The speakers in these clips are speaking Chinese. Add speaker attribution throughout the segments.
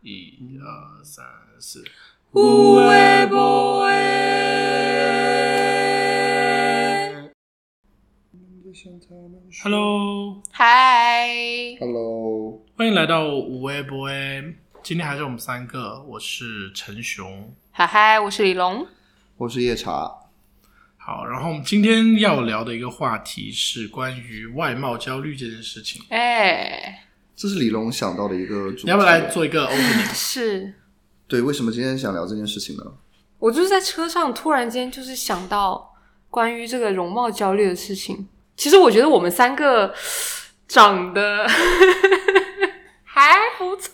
Speaker 1: 一二三四，
Speaker 2: 有诶无诶。
Speaker 1: Hello，
Speaker 2: 嗨，
Speaker 3: Hello，
Speaker 1: 欢迎来到无微不微。今天还是我们三个，我是陈雄。
Speaker 2: 嗨嗨，我是李龙。
Speaker 3: 我是夜茶。
Speaker 1: 好，然后我们今天要聊的一个话题是关于外貌焦虑这件事情。
Speaker 2: 哎，
Speaker 3: 这是李龙想到的一个主题。
Speaker 1: 你要不要来做一 个 opening？
Speaker 2: 是
Speaker 3: 对，为什么今天想聊这件事情呢？
Speaker 2: 我就是在车上突然间就是想到关于这个容貌焦虑的事情。其实我觉得我们三个长 得还不错，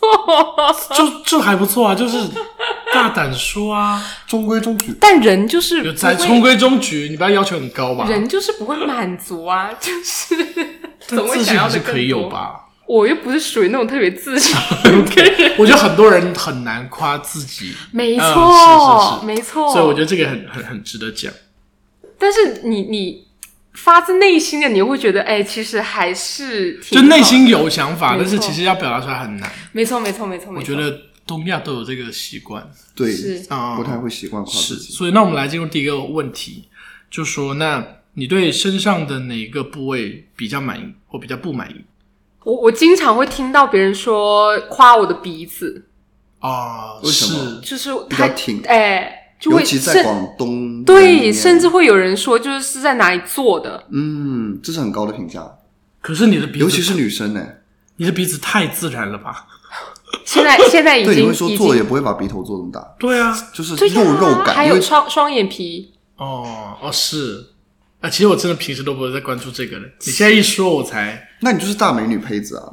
Speaker 1: 就就还不错啊，就是大胆说 啊，
Speaker 3: 中规中矩。
Speaker 2: 但人就是
Speaker 1: 有
Speaker 2: 不
Speaker 1: 在
Speaker 2: 会
Speaker 1: 中规中矩，你不要要求很高吧？
Speaker 2: 人就是不会满足啊， 就是
Speaker 1: 但
Speaker 2: 总会
Speaker 1: 自信
Speaker 2: 想要
Speaker 1: 还
Speaker 2: 的
Speaker 1: 是
Speaker 2: 更
Speaker 1: 可以有
Speaker 2: 多？
Speaker 1: 吧？
Speaker 2: 我又不是属于那种特别自信
Speaker 1: 我觉得很多人很难夸自己，
Speaker 2: 没
Speaker 1: 嗯
Speaker 2: 错，
Speaker 1: 是是是
Speaker 2: 没错。
Speaker 1: 所以我觉得这个很很很值得讲。
Speaker 2: 但是你你发自内心的，你会觉得，哎，其实还是挺
Speaker 1: 就内心有想法，
Speaker 2: 没错
Speaker 1: 但是其实要表达出来很难。
Speaker 2: 好，没错，没错，没错，没
Speaker 1: 我
Speaker 2: 错
Speaker 1: 觉得东亚都有这个习惯
Speaker 3: 对，
Speaker 2: 是
Speaker 1: 啊，
Speaker 3: 不太会习惯夸
Speaker 1: 是。
Speaker 3: 自己。
Speaker 1: 所以，那我们来进入第一个问题，就说那你对身上的哪一个部位比较满意，或比较不满意
Speaker 2: 我我经常会听到别人说夸我的鼻子，
Speaker 1: 啊？
Speaker 3: 为什
Speaker 1: 是
Speaker 3: 么
Speaker 2: 就是
Speaker 3: 比
Speaker 2: 他
Speaker 3: 较挺
Speaker 2: 哎，就
Speaker 3: 尤
Speaker 2: 会
Speaker 3: 其在
Speaker 2: 甚
Speaker 3: 广东，
Speaker 2: 对，甚至会有人说就是是在哪里做的，
Speaker 3: 嗯，这是很高的评价，
Speaker 1: 可是你的鼻子，
Speaker 3: 尤其是女生呢。
Speaker 1: 你的鼻子太自然了吧？
Speaker 2: 现 在现在已
Speaker 3: 对，你
Speaker 2: 经
Speaker 3: 会说做了
Speaker 2: 已
Speaker 3: 也
Speaker 2: 经
Speaker 3: 不会把鼻头做这么大，
Speaker 1: 对啊，
Speaker 3: 就是
Speaker 2: 对呀
Speaker 3: 肉肉
Speaker 2: 还
Speaker 3: 感，因
Speaker 2: 有
Speaker 3: 为
Speaker 2: 双双眼皮，
Speaker 1: 哦哦是。啊，其实我真的平时都不会在关注这个的。你现在一说，我才
Speaker 3: 那你就是大美女胚子啊，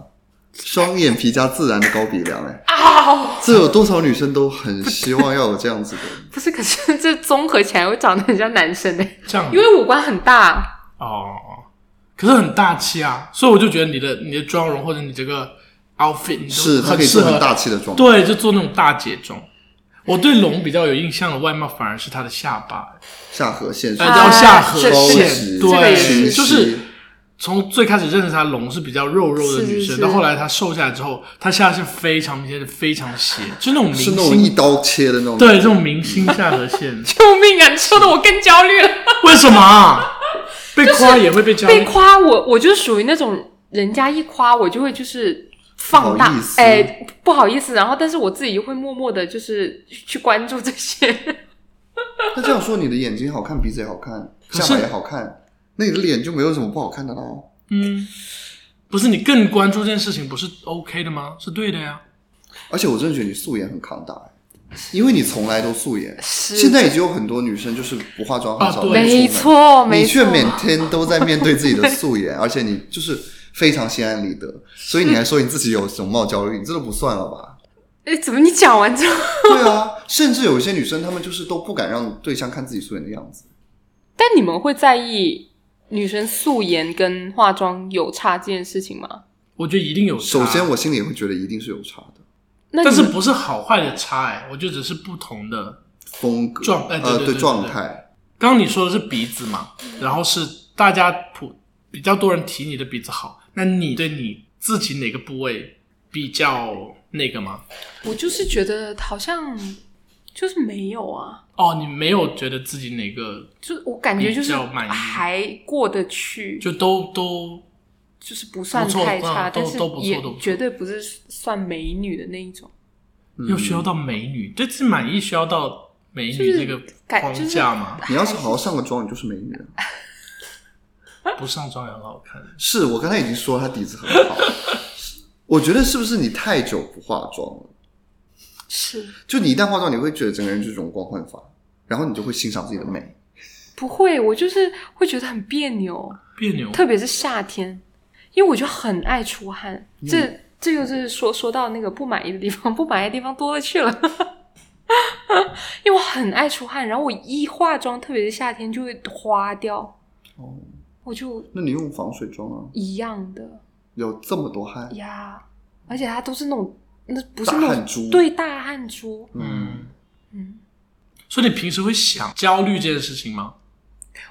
Speaker 3: 双眼皮加自然的高鼻梁，哎，
Speaker 2: 啊，
Speaker 3: 这有多少女生都很希望要有这样子的。
Speaker 2: 不是，可是这综合起来会长得很像男生呢，
Speaker 1: 这样
Speaker 2: 因为五官很大，
Speaker 1: 哦，可是很大气啊，所以我就觉得你的你的妆容或者你这个 outfit 你都
Speaker 3: 是，她
Speaker 1: 很
Speaker 3: 可以
Speaker 1: 适
Speaker 3: 做
Speaker 1: 合
Speaker 3: 很大气的妆。
Speaker 1: 对，就做那种大姐妆。我对龙比较有印象的外貌反而是她的下巴，
Speaker 3: 下颌线是
Speaker 1: 呃，
Speaker 2: 啊
Speaker 1: 叫下颌
Speaker 2: 这
Speaker 3: 高
Speaker 1: 线，
Speaker 3: 级，
Speaker 2: 这个也是
Speaker 1: 对，
Speaker 3: 清
Speaker 1: 就
Speaker 3: 晰
Speaker 1: 是从最开始认识她，龙是比较肉肉的
Speaker 2: 是
Speaker 1: 女
Speaker 2: 是
Speaker 1: 生，
Speaker 2: 是，
Speaker 1: 到后来她瘦下来之后，她下是非常明显的非常斜，就那种明
Speaker 3: 是那种一
Speaker 1: 星，
Speaker 3: 刀切的那种。
Speaker 1: 对，这种明星下颌线
Speaker 2: 救命啊！你说的我更焦虑了。
Speaker 1: 为什么啊？被夸也会被焦
Speaker 2: 被
Speaker 1: 虑？
Speaker 2: 夸我，我就是属于那种人家一夸我就会就是放大
Speaker 3: 不好意，思
Speaker 2: 哎，不好意思，然后但是我自己又会默默的，就是去关注这些。
Speaker 3: 那这样说，你的眼睛好看，鼻子也好看，
Speaker 1: 可是
Speaker 3: 下巴也好看，那你的脸就没有什么不好看的喽。
Speaker 1: 嗯，不是你更关注这件事情，不是 OK 的吗？是对的呀。
Speaker 3: 而且我真的觉得你素颜很抗打，因为你从来都素颜。
Speaker 2: 是
Speaker 3: 现在已经有很多女生就是不化妆，
Speaker 1: 啊
Speaker 3: 很少出
Speaker 1: 对
Speaker 3: 门
Speaker 2: 没，错，没
Speaker 3: 你却
Speaker 2: 错，
Speaker 3: 每天都在面对自己的素颜，而且你就是非常心安理 得，所以你还说你自己有容貌焦虑，你这都不算了吧？
Speaker 2: 哎，怎么你讲完之后，
Speaker 3: 对啊，甚至有一些女生她们就是都不敢让对象看自己素颜的样子。
Speaker 2: 但你们会在意女生素颜跟化妆有差这件事情吗？
Speaker 1: 我觉得一定有差。
Speaker 3: 首先，我心里也会觉得一定是有差的。
Speaker 2: 那你
Speaker 1: 但是
Speaker 2: 们
Speaker 1: 不是好坏的差、哎，我觉得只是不同的。
Speaker 3: 风格
Speaker 1: 状哎对
Speaker 3: 呃
Speaker 1: 对对对
Speaker 3: 状态，
Speaker 1: 刚刚你说的是鼻子嘛，然后是大家普比较多人提你的鼻子好，那你对你自己哪个部位比较那个吗？
Speaker 2: 我就是觉得好像就是没有啊，
Speaker 1: 哦，你没有觉得自己哪个
Speaker 2: 就我感觉就是
Speaker 1: 比较满意
Speaker 2: 还过得去，
Speaker 1: 就都都
Speaker 2: 就是不算
Speaker 1: 不错
Speaker 2: 太差，
Speaker 1: 嗯都
Speaker 2: 但是
Speaker 1: 都不错
Speaker 2: 也
Speaker 1: 都不错
Speaker 2: 绝对不是算美女的那一种，
Speaker 1: 又需
Speaker 3: 嗯
Speaker 1: 要到美女，
Speaker 2: 嗯
Speaker 1: 对自己满意需要到美女这个
Speaker 2: 感
Speaker 1: 框
Speaker 2: 就是
Speaker 1: 架吗？
Speaker 3: 你要是好好上个妆，你就是美女了。
Speaker 1: 不上妆也很好看。
Speaker 3: 是我刚才已经说她底子很好，我觉得是不是你太久不化妆了？
Speaker 2: 是
Speaker 3: 就你一旦化妆，你会觉得整个人就容光焕发，然后你就会欣赏自己的美。
Speaker 2: 不会，我就是会觉得很别扭，
Speaker 1: 别扭，
Speaker 2: 特别是夏天，因为我就很爱出汗。
Speaker 1: 嗯
Speaker 2: 这这又是说说到那个不满意的地方，不满意的地方多了去了。 因为我很爱出汗，然后我一化妆，特别是夏天就会花掉，
Speaker 3: 哦，
Speaker 2: 我就
Speaker 3: 那你用防水妆啊？
Speaker 2: 一样的
Speaker 3: 有这么多汗，
Speaker 2: 呀。而且它都是那种，那不是
Speaker 3: 大
Speaker 2: 那
Speaker 3: 汗
Speaker 2: 种
Speaker 3: 珠。，
Speaker 2: 对大汗珠，
Speaker 3: 嗯，
Speaker 2: 嗯。
Speaker 1: 所以你平时会想焦虑这件事情吗？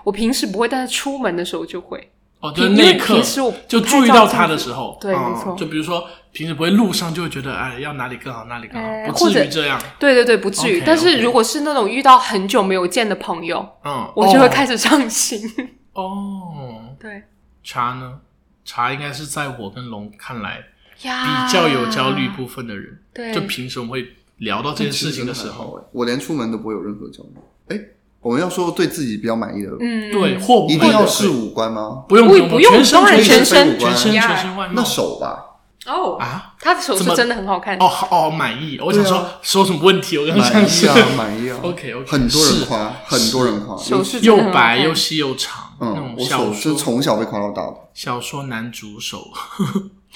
Speaker 2: 我平时不会，但是出门的时候就会。
Speaker 1: 哦，就
Speaker 2: 平
Speaker 1: 是
Speaker 2: 因
Speaker 1: 那
Speaker 2: 为
Speaker 1: 一刻
Speaker 2: 平时我
Speaker 1: 就注意到他的时候，
Speaker 2: 对
Speaker 1: 嗯
Speaker 2: 没错
Speaker 1: 就比如说平时不会路上就会觉得，哎，要哪里更好，哪里更好，
Speaker 2: 哎
Speaker 1: 不
Speaker 2: 或
Speaker 1: 至
Speaker 2: 者
Speaker 1: 于这样。
Speaker 2: 对对对，不至于。
Speaker 1: OK，OK
Speaker 2: 但是如果是那种遇到很久没有见的朋友，
Speaker 1: 嗯，
Speaker 2: 我就会
Speaker 1: 哦
Speaker 2: 开始上心。
Speaker 1: 哦。
Speaker 2: 对
Speaker 1: 茶呢？茶应该是在我跟龙看来
Speaker 2: 呀，
Speaker 1: 比较有焦虑部分的人，
Speaker 2: 对，
Speaker 1: 就平时我们会聊到这件事情的时
Speaker 3: 真
Speaker 1: 候，
Speaker 3: 的还好哎，我连出门都不会有任何焦虑。哎，我们要说对自己比较满意的，
Speaker 2: 嗯，
Speaker 1: 对，或
Speaker 3: 一定
Speaker 1: 或
Speaker 3: 要
Speaker 1: 者
Speaker 3: 是五官吗？
Speaker 1: 不用
Speaker 2: 不
Speaker 1: 不
Speaker 2: 不
Speaker 1: 用，
Speaker 2: 用
Speaker 1: 全身
Speaker 2: 当然
Speaker 1: 全身
Speaker 2: 全身
Speaker 1: 全身
Speaker 2: 呀
Speaker 1: 全身外
Speaker 3: 那
Speaker 1: 貌
Speaker 3: 手吧，
Speaker 2: 哦，
Speaker 1: 啊，
Speaker 2: 他的手
Speaker 1: 怎么
Speaker 2: 是真的很好看
Speaker 1: 哦，好哦，满意。我想
Speaker 3: 对啊
Speaker 1: 说说什么问题？我刚刚
Speaker 3: 满
Speaker 1: 想
Speaker 3: 意
Speaker 1: 说
Speaker 3: 啊，满 意啊。
Speaker 1: OK OK，
Speaker 3: 很多人
Speaker 1: 是
Speaker 3: 夸，很多人夸。
Speaker 2: 手是真的很
Speaker 1: 又
Speaker 2: 好看
Speaker 1: 白又细又长那
Speaker 3: 嗯，
Speaker 1: 种
Speaker 3: 我
Speaker 1: 小
Speaker 3: 手是
Speaker 1: 说
Speaker 3: 从小被夸到大的。
Speaker 1: 小说男主手，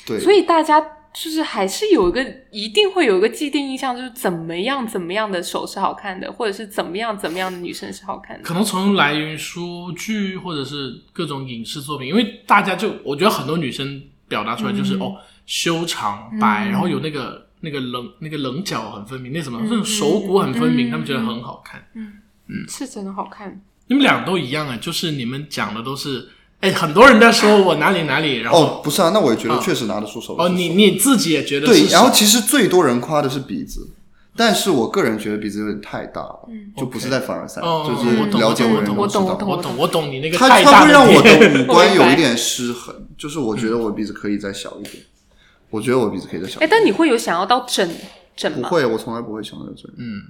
Speaker 3: 对，
Speaker 2: 所以大家就是还是有一个一定会有一个既定印象，就是怎么样怎么样的手是好看的，或者是怎么样怎么样的女生是好看的。
Speaker 1: 可能从来源于书剧或者是各种影视作品，因为大家就我觉得很多女生表达出来就是、
Speaker 2: 嗯
Speaker 1: 哦修长白，
Speaker 2: 嗯
Speaker 1: 然后有那个那个棱那个棱角很分明，那什么
Speaker 2: 嗯
Speaker 1: 那种手骨很分明，
Speaker 2: 嗯
Speaker 1: 他们觉得很好看。
Speaker 2: 嗯是真的好看。
Speaker 1: 你们俩都一样啊，就是你们讲的都是哎，很多人在说我哪里哪里，然后
Speaker 3: 哦，不是啊，那我也觉
Speaker 1: 啊
Speaker 3: 得确实拿得出手。
Speaker 1: 哦你你自己也觉得
Speaker 3: 对，
Speaker 1: 是
Speaker 3: 然后
Speaker 1: 手
Speaker 3: 其实最多人夸的是鼻子，但是我个人觉得鼻子有点太大了，
Speaker 2: 嗯
Speaker 3: 就不是在凡尔赛，
Speaker 1: 哦
Speaker 3: 就
Speaker 2: 我
Speaker 3: 是
Speaker 2: 懂
Speaker 3: 了解
Speaker 2: 我
Speaker 3: 的人
Speaker 2: 懂
Speaker 3: 都
Speaker 2: 我
Speaker 3: 知
Speaker 2: 懂我
Speaker 3: 道。
Speaker 2: 懂
Speaker 1: 我懂我懂你那个
Speaker 3: 它
Speaker 1: 太
Speaker 3: 它
Speaker 1: 大
Speaker 3: 会
Speaker 1: 的
Speaker 3: 让我
Speaker 1: 点
Speaker 3: 的五 官
Speaker 2: 明
Speaker 3: 有
Speaker 2: 白
Speaker 3: 一点失衡，就是我觉得我鼻子可以再小一点，我觉得我鼻子可以再小
Speaker 2: 哎
Speaker 3: 一，点。
Speaker 2: 但你会有想要到整整
Speaker 3: 不
Speaker 2: 吗？
Speaker 3: 会，我从来不会想到这里。
Speaker 1: 嗯，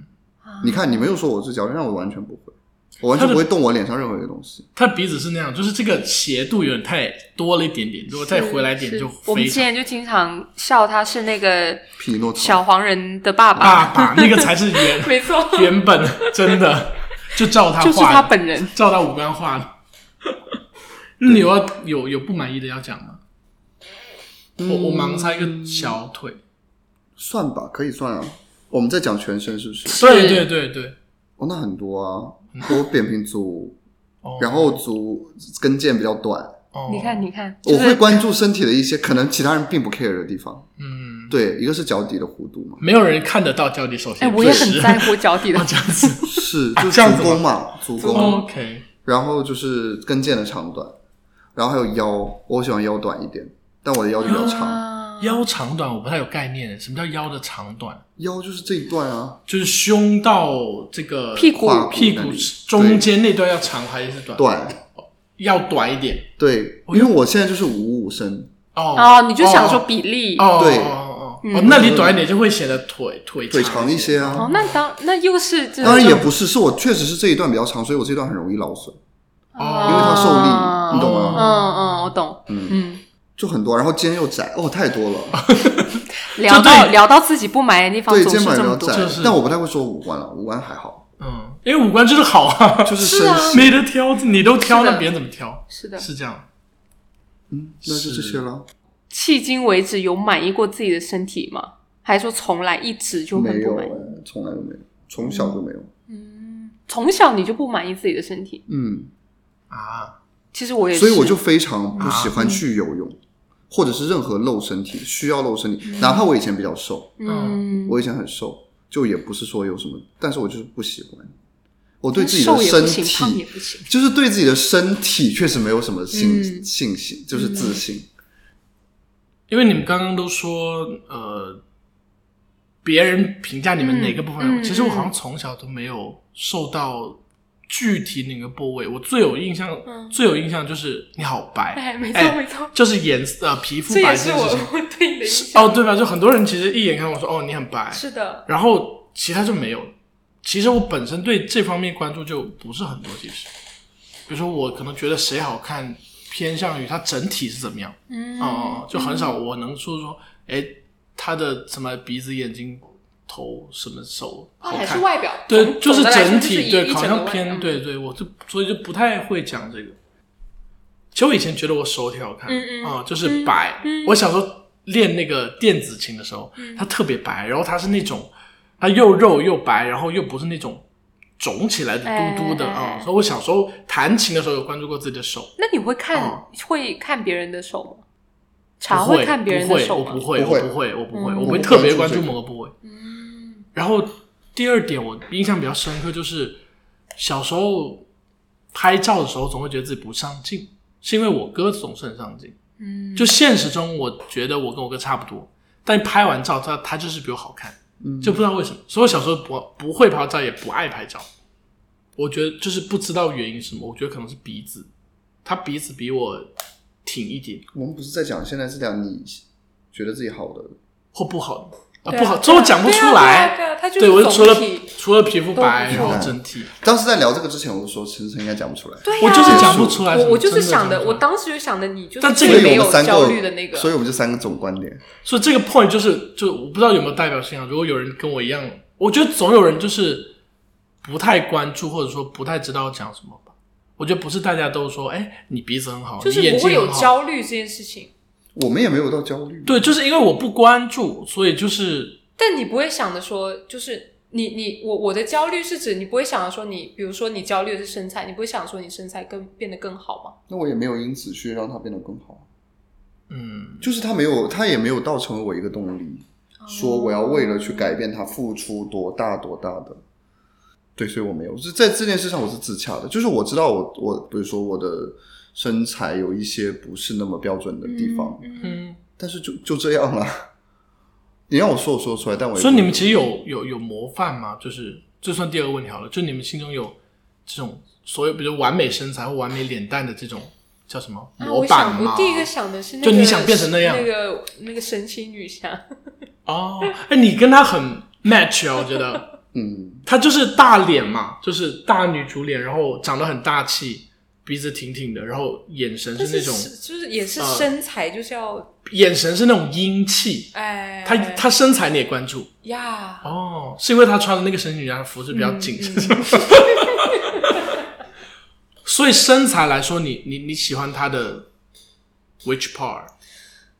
Speaker 3: 你看，你们又说我是矫正，但我完全不会，我完全不会动我脸上任何一个东西。
Speaker 1: 他鼻子是那样，就是这个斜度有点太多了一点点，如果再回来一点
Speaker 2: 是
Speaker 1: 就
Speaker 2: 我们
Speaker 1: 非
Speaker 2: 之
Speaker 1: 常
Speaker 2: 前就经常笑他是那个
Speaker 3: 匹诺曹
Speaker 2: 小黄人的爸
Speaker 1: 爸
Speaker 2: 爸，
Speaker 1: 爸那个才是 原
Speaker 2: 没错，
Speaker 1: 原本真 的，就照他画的，
Speaker 2: 就是他本人。
Speaker 1: 照他五官画的。你有要有有不满意的要讲吗？
Speaker 2: 嗯
Speaker 1: 我我盲猜一个小腿，
Speaker 3: 算吧，可以算啊。我们在讲全身是不是？
Speaker 1: 对对对对，
Speaker 3: 哦，那很多啊，我扁平足，
Speaker 1: 嗯哦
Speaker 3: 然后足跟腱比较短，
Speaker 1: 哦
Speaker 2: 你看，你看，就
Speaker 3: 我会
Speaker 2: 是
Speaker 3: 关注身体的一些可能其他人并不 care 的地方。
Speaker 1: 嗯，
Speaker 3: 对，一个是脚底的弧度嘛，
Speaker 1: 没有人看得到脚底首先，
Speaker 2: 哎，我也很在乎脚底 的
Speaker 1: 哦这样 子。
Speaker 3: 是
Speaker 1: 啊
Speaker 3: 就
Speaker 1: 这
Speaker 3: 是
Speaker 1: 样子
Speaker 3: 足弓嘛，足
Speaker 2: 足弓
Speaker 3: 弓，
Speaker 1: OK，
Speaker 2: 嗯
Speaker 3: 然后就是跟腱的长短，然后还有腰，我喜欢腰短一点，但我的腰就比较长，
Speaker 2: 啊
Speaker 1: 腰长短我不太有概念，什么叫腰的长短？
Speaker 3: 腰就是这一段啊，
Speaker 1: 就是胸到这个
Speaker 2: 屁股
Speaker 3: 胯
Speaker 1: 屁
Speaker 3: 那
Speaker 1: 股
Speaker 3: 里
Speaker 1: 中间那段要长还是短？，
Speaker 3: 短，
Speaker 1: 要短一点。
Speaker 3: 对，
Speaker 1: 哎
Speaker 3: 因为我现在就是五五身，
Speaker 1: 哦
Speaker 2: 哦，你就想说比例
Speaker 1: 哦，
Speaker 3: 对
Speaker 1: 哦哦哦，
Speaker 2: 嗯
Speaker 1: 哦那里短一点就会显得腿腿
Speaker 3: 腿长一些。啊
Speaker 2: 哦，，那当那又是这
Speaker 3: 当然也
Speaker 2: 种
Speaker 3: 不是，是我确实是这一段比较长，所以我这一段很容易劳损，
Speaker 1: 哦
Speaker 3: 因为它受
Speaker 2: 啊
Speaker 3: 力，你懂
Speaker 2: 嗯
Speaker 3: 吗？
Speaker 2: 嗯，我懂。
Speaker 3: 嗯
Speaker 2: 嗯，
Speaker 3: 就很多，然后肩又窄，哦，太多了，
Speaker 2: 聊
Speaker 1: 这
Speaker 2: 到
Speaker 1: 对
Speaker 2: 聊到自己不满意的地方，
Speaker 3: 对，
Speaker 2: 总
Speaker 3: 肩
Speaker 2: 是
Speaker 3: 膀
Speaker 2: 这
Speaker 3: 比
Speaker 2: 么
Speaker 3: 较
Speaker 2: 多
Speaker 3: 窄。，
Speaker 1: 就是
Speaker 3: 但我不太会说五官了，五官还好，
Speaker 1: 嗯，因为五官真的好啊，
Speaker 3: 就是
Speaker 2: 是
Speaker 3: 身
Speaker 2: 啊
Speaker 3: 形，
Speaker 1: 没得挑，你都挑，
Speaker 2: 是的
Speaker 1: 那别人怎么挑？
Speaker 2: 是的。
Speaker 1: 是这样，
Speaker 3: 嗯，那就这些了，
Speaker 2: 迄今为止有满意过自己的身体吗？还是说从来一直就
Speaker 3: 没
Speaker 2: 啊很不
Speaker 3: 有
Speaker 2: 满
Speaker 3: 哎
Speaker 2: 意？，
Speaker 3: 从来都没有，从小就没有，
Speaker 2: 嗯，从小你就不满意自己的身体？
Speaker 3: 嗯，
Speaker 1: 啊，
Speaker 2: 其实我也是，啊嗯
Speaker 3: 所以我就非常不喜欢去游泳，或者是任何露身体，需要露身体，哪怕我以前比较瘦，
Speaker 1: 啊
Speaker 2: 嗯，
Speaker 3: 我以前很瘦，就也不是说有什么，但是我就是不喜欢，我对
Speaker 2: 但
Speaker 3: 自己
Speaker 2: 瘦
Speaker 3: 的
Speaker 2: 也不
Speaker 3: 身
Speaker 2: 行，胖
Speaker 3: 体
Speaker 2: 也不行。
Speaker 3: 就是对自己的身体确实没有什么信、
Speaker 2: 嗯
Speaker 3: 信心，就是自信。
Speaker 1: 因为你们刚刚都说呃，别人评价你们
Speaker 2: 嗯
Speaker 1: 哪个部分，
Speaker 2: 嗯
Speaker 1: 其实我好像从小都没有受到具体哪个部位，我最有印象，
Speaker 2: 嗯
Speaker 1: 最有印象就是你好白，
Speaker 2: 哎，没错
Speaker 1: 哎
Speaker 2: 没错，
Speaker 1: 就是颜色呃皮肤
Speaker 2: 这
Speaker 1: 白
Speaker 2: 也
Speaker 1: 这
Speaker 2: 是
Speaker 1: 件
Speaker 2: 我
Speaker 1: 事情。
Speaker 2: 我对你的印象。
Speaker 1: 哦，对吧？就很多人其实一眼看我说哦你很白，
Speaker 2: 是的，
Speaker 1: 然后其他就没有了。其实我本身对这方面关注就不是很多，其实，比如说我可能觉得谁好看，偏向于他整体是怎么样，
Speaker 2: 嗯
Speaker 1: 哦、就很少我能说说，哎，他的什么鼻子、眼睛、头、什么手
Speaker 2: 哦，
Speaker 1: 好
Speaker 2: 还
Speaker 1: 看
Speaker 2: 是，外表，
Speaker 1: 对，
Speaker 2: 总
Speaker 1: 就是
Speaker 2: 总的来说
Speaker 1: 整
Speaker 2: 就
Speaker 1: 体，
Speaker 2: 一
Speaker 1: 对，
Speaker 2: 一
Speaker 1: 好
Speaker 2: 整个
Speaker 1: 像
Speaker 2: 外
Speaker 1: 偏
Speaker 2: 表
Speaker 1: 对对，我就所以就不太会讲这个。其实我以前觉得我手挺好看，
Speaker 2: 嗯嗯
Speaker 1: 啊、就是白。
Speaker 2: 嗯嗯嗯
Speaker 1: 我小时候练那个电子琴的时候，它特别白，然后它是那种，它又肉又白，然后又不是那种肿起来的
Speaker 2: 哎
Speaker 1: 嘟嘟的
Speaker 2: 哎
Speaker 1: 啊、
Speaker 2: 哎
Speaker 1: 所以我小时候弹琴的时候有关注过自己的手，
Speaker 2: 那你会看、
Speaker 1: 哦
Speaker 2: 会看别人的手吗？茶
Speaker 1: 不会
Speaker 2: 看别人
Speaker 1: 不
Speaker 2: 的
Speaker 1: 会
Speaker 2: 手
Speaker 1: 我
Speaker 2: 吗？
Speaker 1: 不会，
Speaker 3: 不会
Speaker 1: 我不会，我不会，
Speaker 2: 嗯
Speaker 1: 我
Speaker 2: 我
Speaker 1: 会
Speaker 3: 不
Speaker 1: 特别关
Speaker 3: 关注
Speaker 1: 注
Speaker 3: 这个
Speaker 1: 某个部位。
Speaker 2: 嗯
Speaker 1: 然后第二点，我印象比较深刻就是小时候拍照的时候，总会觉得自己不上镜，是因为我哥总是很上进。
Speaker 2: 嗯，
Speaker 1: 就现实中，我觉得我跟我哥差不多，但拍完照他他就是比我好看，
Speaker 3: 嗯
Speaker 1: 就不知道为什么。所以我小时候不不会拍照，也不爱拍照。我觉得就是不知道原因是什么，我觉得可能是鼻子，他鼻子比我挺一点，
Speaker 3: 我们不是在讲现在是讲你觉得自己好的，
Speaker 1: 或不好啊
Speaker 2: 对啊
Speaker 1: 不好，所以我讲不出
Speaker 2: 对啊对啊对啊
Speaker 1: 来。
Speaker 2: 他就是
Speaker 1: 对，我就除了
Speaker 2: 总体
Speaker 1: 除了皮肤白，然
Speaker 2: 都不
Speaker 3: 好
Speaker 1: 后整体，
Speaker 3: 当时在聊这个之前，我就说晨晨应该讲不出来。
Speaker 2: 对呀、啊
Speaker 1: 我就是讲不出来什么。
Speaker 2: 我我就是
Speaker 1: 真的
Speaker 2: 想
Speaker 1: 讲
Speaker 2: 的，
Speaker 1: 不出
Speaker 2: 我
Speaker 1: 来
Speaker 2: 当时就想的你就是
Speaker 1: 但这
Speaker 2: 最
Speaker 1: 个
Speaker 2: 没
Speaker 3: 我
Speaker 2: 有
Speaker 3: 们三
Speaker 2: 焦
Speaker 3: 个
Speaker 2: 虑的那个，
Speaker 3: 所以我们就三个总观点。
Speaker 1: 所以这个 point 就是，就我不知道有没有代表性啊。如果有人跟我一样，我觉得总有人就是不太关注，或者说不太知道讲什么吧。我觉得不是大家都说，哎，你鼻子很
Speaker 3: 哦
Speaker 1: 好，
Speaker 2: 就是
Speaker 1: 你眼
Speaker 2: 不
Speaker 1: 睛
Speaker 2: 会有
Speaker 1: 很好。
Speaker 2: 焦虑这件事情。
Speaker 3: 我们也没有到焦虑，
Speaker 1: 对，就是因为我不关注，所以就是
Speaker 2: 但你不会想着说，就是你你我我的焦虑是指你不会想着说你，比如说你焦虑的是身材，你不会想说你身材更变得更好吗？
Speaker 3: 那我也没有因此去让他变得更好，
Speaker 1: 嗯，
Speaker 3: 就是他没有，他也没有到成为我一个动力，
Speaker 2: 哦
Speaker 3: 说我要为了去改变他付出多大多大的。对，所以我没有，就在这件事上我是自洽的，就是我知道我我比如说我的身材有一些不是那么标准的地方，
Speaker 2: 嗯嗯
Speaker 1: 嗯，
Speaker 3: 但是就就这样了。 你让我说我说得出来，但我也
Speaker 1: 所以
Speaker 3: 不
Speaker 1: 你们其实有有有模范吗？就是这算第二个问题好了，就你们心中有这种所有，比如完美身材或完美脸蛋的这种叫什么
Speaker 2: 啊，
Speaker 1: 模
Speaker 2: 我
Speaker 1: 板
Speaker 2: 想
Speaker 1: 吗？
Speaker 2: 我第一个想的是那个，
Speaker 1: 就你想变成那样
Speaker 2: 那个那个神奇女侠，
Speaker 1: 哦，哎，你跟他很 match 啊，我觉得。
Speaker 3: 嗯，
Speaker 1: 她就是大脸嘛，就是大女主脸，然后长得很大气，鼻子挺挺的，然后眼神
Speaker 2: 但
Speaker 1: 是
Speaker 2: 是
Speaker 1: 那种
Speaker 2: 是就是也是
Speaker 1: 呃
Speaker 2: 身材，就是要
Speaker 1: 眼神是那种英气。
Speaker 2: 哎，
Speaker 1: 她她身材你也关注
Speaker 2: 呀，
Speaker 1: 哦，是因为她穿的那个神奇女侠的服是比较紧，
Speaker 2: 嗯
Speaker 1: 所以身材来说，你你你喜欢她的 which part？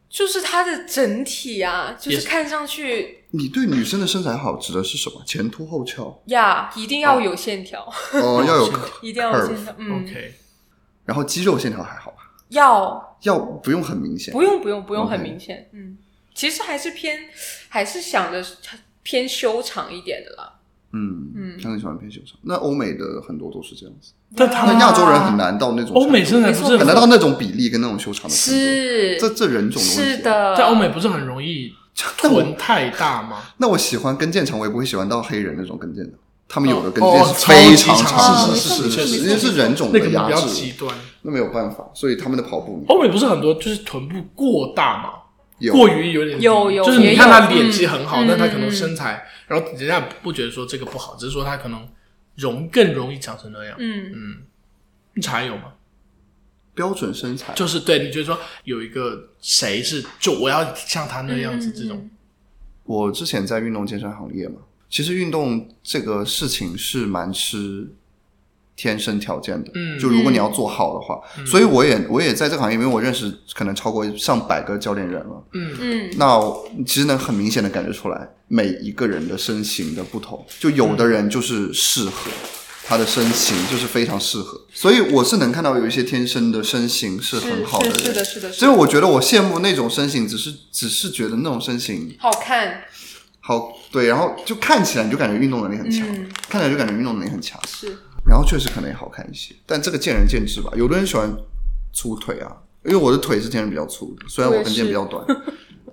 Speaker 2: 就是它的整体啊，就
Speaker 1: 也
Speaker 2: 是
Speaker 1: 是
Speaker 2: 看上去
Speaker 3: 你对女生的身材好指的是什么？前凸后 翘
Speaker 2: 呀，一定要有线条，
Speaker 3: 哦，要有
Speaker 1: 是
Speaker 3: curve，
Speaker 2: 一定要有线条，嗯，
Speaker 1: OK，
Speaker 3: 然后肌肉线条还好吧？
Speaker 2: 要
Speaker 3: 要不用很明显，
Speaker 2: 不用不用不用
Speaker 3: OK
Speaker 2: 很明显，嗯，其实还是偏还是想着偏修长一点的啦，
Speaker 3: 嗯
Speaker 2: 嗯
Speaker 3: 他很喜欢偏修长。那欧美的很多都是这样子，
Speaker 1: 但他
Speaker 3: 那
Speaker 2: 啊
Speaker 1: 们
Speaker 3: 亚洲人很难到那种
Speaker 1: 啊欧美身材
Speaker 2: 没
Speaker 1: 不
Speaker 2: 错
Speaker 1: 是
Speaker 3: 很难到那种比例跟那种修长的程度。
Speaker 2: 是
Speaker 3: 这这人种的问题。
Speaker 2: 是，的，
Speaker 1: 在欧美不是很容易
Speaker 3: 但我
Speaker 1: 臀太大吗？
Speaker 3: 那我喜欢跟腱长，我也不会喜欢到黑人那种跟腱的，他们有的跟
Speaker 1: 哦
Speaker 3: 腱
Speaker 1: 哦
Speaker 3: 是非常
Speaker 1: 超级
Speaker 3: 是
Speaker 2: 长哦没
Speaker 3: 是
Speaker 2: 错
Speaker 3: 是
Speaker 2: 没错
Speaker 3: 是，
Speaker 2: 没错
Speaker 3: 因为是人种
Speaker 1: 那个
Speaker 3: 的
Speaker 1: 比
Speaker 3: 压
Speaker 1: 较极
Speaker 3: 制，
Speaker 1: 端。
Speaker 3: 那没有办法，所以他们的跑步
Speaker 1: 欧美不是很多就是臀部过大嘛，
Speaker 3: 有
Speaker 1: 过于有点
Speaker 2: 有有
Speaker 1: 就是你
Speaker 2: 也
Speaker 1: 看他
Speaker 2: 有
Speaker 1: 脸
Speaker 2: 嗯
Speaker 1: 肌很好，
Speaker 2: 嗯
Speaker 1: 但他可能
Speaker 2: 嗯
Speaker 1: 身材，然后人家不觉得说这个不好，只是说他可能容更容易长成那样。
Speaker 2: 嗯，
Speaker 1: 嗯，你查有吗？
Speaker 3: 标准身材，
Speaker 1: 就是对你觉得说有一个谁是就我要像他那样子这
Speaker 2: 嗯
Speaker 1: 种，
Speaker 3: 我之前在运动健身行业嘛，其实运动这个事情是蛮吃天生条件的，
Speaker 1: 嗯
Speaker 3: 就如果你要做好的话，所以我也我也在这个行业，因为我认识可能超过上百个教练人了，
Speaker 1: 嗯，
Speaker 2: 嗯嗯
Speaker 3: 那我其实能很明显的感觉出来每一个人的身形的不同，就有的人就是适合。他的身形就是非常适合，所以我是能看到有一些天生的身形是很好
Speaker 2: 是
Speaker 3: 人，
Speaker 2: 是的是的，是
Speaker 3: 所以
Speaker 2: 的
Speaker 3: 我觉得我羡慕那种身形，只是只是觉得那种身形
Speaker 2: 好看，
Speaker 3: 好，对，然后就看起来你就感觉运动能力很强，
Speaker 2: 嗯
Speaker 3: 看起来就感觉运动能力很强，
Speaker 2: 是
Speaker 3: 然后确实可能也好看一些，但这个见仁见智吧。有的人喜欢粗腿啊，因为我的腿是天生比较粗的，虽然我跟腱比较短，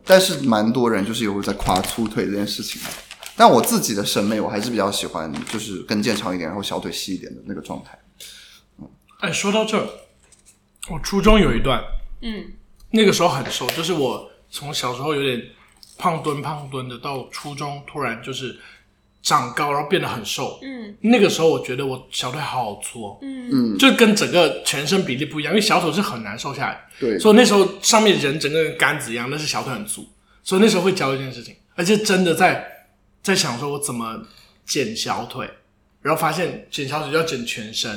Speaker 3: 但是蛮多人就是有在夸粗腿这件事情的。啊但我自己的审美，我还是比较喜欢就是跟腱长一点，然后小腿细一点的那个状态。
Speaker 1: 哎，说到这儿，我初中有一段，
Speaker 2: 嗯
Speaker 1: 那个时候很瘦，就是我从小时候有点胖墩胖墩的，到初中突然就是长高，然后变得很瘦。
Speaker 2: 嗯
Speaker 1: 那个时候我觉得我小腿好粗、哦，
Speaker 2: 嗯
Speaker 1: 就跟整个全身比例不一样，因为小腿是很难瘦下来，
Speaker 3: 对，
Speaker 1: 所以那时候上面人整个人杆子一样，但是小腿很粗，所以那时候会教一件事情，而且真的在在想说我怎么减小腿，然后发现减小腿就要减全身，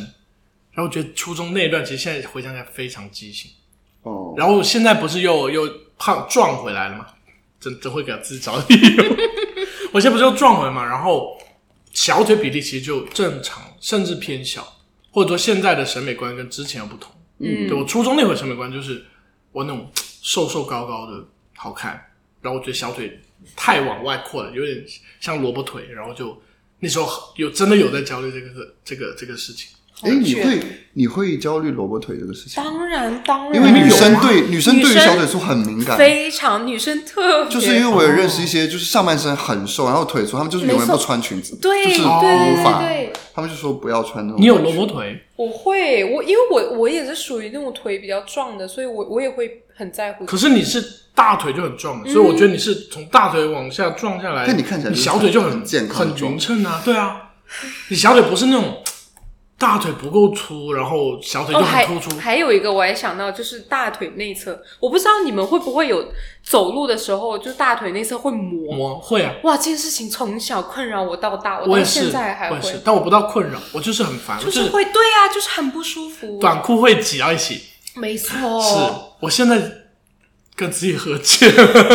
Speaker 1: 然后我觉得初中那一段其实现在回想起来非常畸形，
Speaker 3: 哦，
Speaker 1: 然后现在不是又又胖撞回来了嘛，真真会给自己找理由。 我现在不是又撞回来嘛，然后小腿比例其实就正常，甚至偏小，或者说现在的审美观跟之前又不同。
Speaker 2: 嗯，
Speaker 1: 对我初中那会儿审美观就是我那种瘦瘦高高的好看，然后我觉得小腿太往外扩了，有点像萝卜腿，然后就那时候有真的有在焦虑这个这个这个事情。
Speaker 3: 哎，你
Speaker 2: 去
Speaker 3: 会你会焦虑萝卜腿这个事情吗？
Speaker 2: 当然当然，
Speaker 3: 因为女生对女
Speaker 2: 女
Speaker 3: 生对于
Speaker 2: 生
Speaker 3: 小腿粗很敏感，
Speaker 2: 非常女生特别，
Speaker 3: 就是因为我有认识一些就是上半身很瘦，然后腿粗，他们就是永远
Speaker 2: 没错
Speaker 3: 不穿裙子，
Speaker 2: 对
Speaker 3: 就是
Speaker 2: 对
Speaker 3: 无
Speaker 2: 对
Speaker 3: 法
Speaker 2: 对，对，
Speaker 3: 他们就说不要穿那种。
Speaker 1: 你有萝卜腿？
Speaker 2: 我会我因为我我也是属于那种腿比较壮的，所以我我也会很在乎。
Speaker 1: 可是你是大腿就很壮
Speaker 2: 嗯
Speaker 1: 的，所以我觉得你是从大腿往下撞下来。
Speaker 3: 但你看起来
Speaker 1: 你
Speaker 3: 就是
Speaker 1: 小腿就很
Speaker 3: 很健康
Speaker 1: 很匀称啊，对啊，你小腿不是那种大腿不够粗，然后小腿
Speaker 2: 哦，
Speaker 1: 就
Speaker 2: 还
Speaker 1: 很突出。
Speaker 2: 还有一个我还想到就是大腿内侧，我不知道你们会不会有走路的时候就大腿内侧会磨。
Speaker 1: 我会啊，
Speaker 2: 哇，这件事情从小困扰我到大，
Speaker 1: 我
Speaker 2: 到
Speaker 1: 也是，
Speaker 2: 现在还
Speaker 1: 我
Speaker 2: 会
Speaker 1: 也，是，但我不到困扰，我就是很烦，
Speaker 2: 就
Speaker 1: 我
Speaker 2: 是会对啊，就是很不舒服。
Speaker 1: 短裤会挤到一起。
Speaker 2: 没错，
Speaker 1: 是我现在跟自己和解。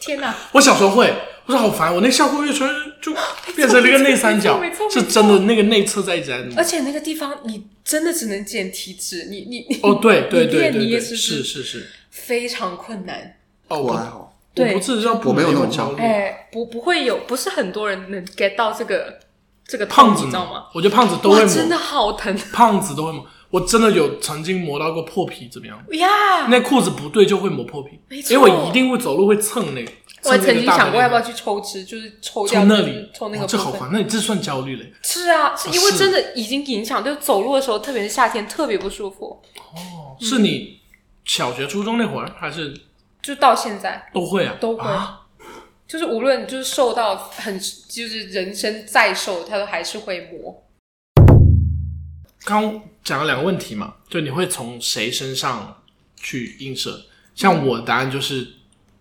Speaker 2: 天哪，
Speaker 1: 我小时候会，我说好烦，我那校裤越穿就变成了一个内三角
Speaker 2: 没错没，错
Speaker 1: 是真的那个内侧在一直在
Speaker 2: 而且那个地方你真的只能减体脂，你你你
Speaker 1: 哦，对对
Speaker 2: 你
Speaker 1: 对
Speaker 2: 练
Speaker 1: 对
Speaker 2: 你也
Speaker 1: 对，
Speaker 2: 只
Speaker 1: 是是是。
Speaker 2: 非常困难。
Speaker 1: 哦，
Speaker 3: 我
Speaker 1: 我
Speaker 3: 还好，
Speaker 1: 我
Speaker 2: 对
Speaker 1: 不至于到
Speaker 3: 我没有那种
Speaker 1: 焦虑。
Speaker 2: 哎，不不会有，不是很多人能 get 到这个这个
Speaker 1: 胖
Speaker 2: 痛
Speaker 1: 子
Speaker 2: 你知道
Speaker 1: 嘛
Speaker 2: 吗？，
Speaker 1: 我觉得胖子都会
Speaker 2: 哇，真的
Speaker 1: 磨，
Speaker 2: 好疼
Speaker 1: 胖子都会磨。我真的有曾经磨到过破皮，怎么样？
Speaker 2: 呀！
Speaker 1: 那裤子不对就会磨破皮，
Speaker 2: 没错
Speaker 1: 因为我一定会走路会蹭那个。
Speaker 2: 我
Speaker 1: 蹭那
Speaker 2: 曾
Speaker 1: 个
Speaker 2: 经
Speaker 1: 大腿
Speaker 2: 想过
Speaker 1: 那
Speaker 2: 要不要
Speaker 1: 个
Speaker 2: 去抽脂，就是抽掉
Speaker 1: 从那
Speaker 2: 就是
Speaker 1: 里
Speaker 2: 抽那个
Speaker 1: 哇
Speaker 2: 部
Speaker 1: 这好
Speaker 2: 分
Speaker 1: 烦，那你这算焦虑嘞？
Speaker 2: 是啊，是因为
Speaker 1: 是
Speaker 2: 真的已经影响，就走路的时候，特别是夏天特别不舒服，嗯
Speaker 1: 是你小学、初中那会儿还是
Speaker 2: 就到现在
Speaker 1: 都会啊？
Speaker 2: 都会
Speaker 1: 啊
Speaker 2: 就是无论就是瘦到很就是人生再瘦，它都还是会磨。
Speaker 1: 刚讲了两个问题嘛，就你会从谁身上去映射？像我的答案就是，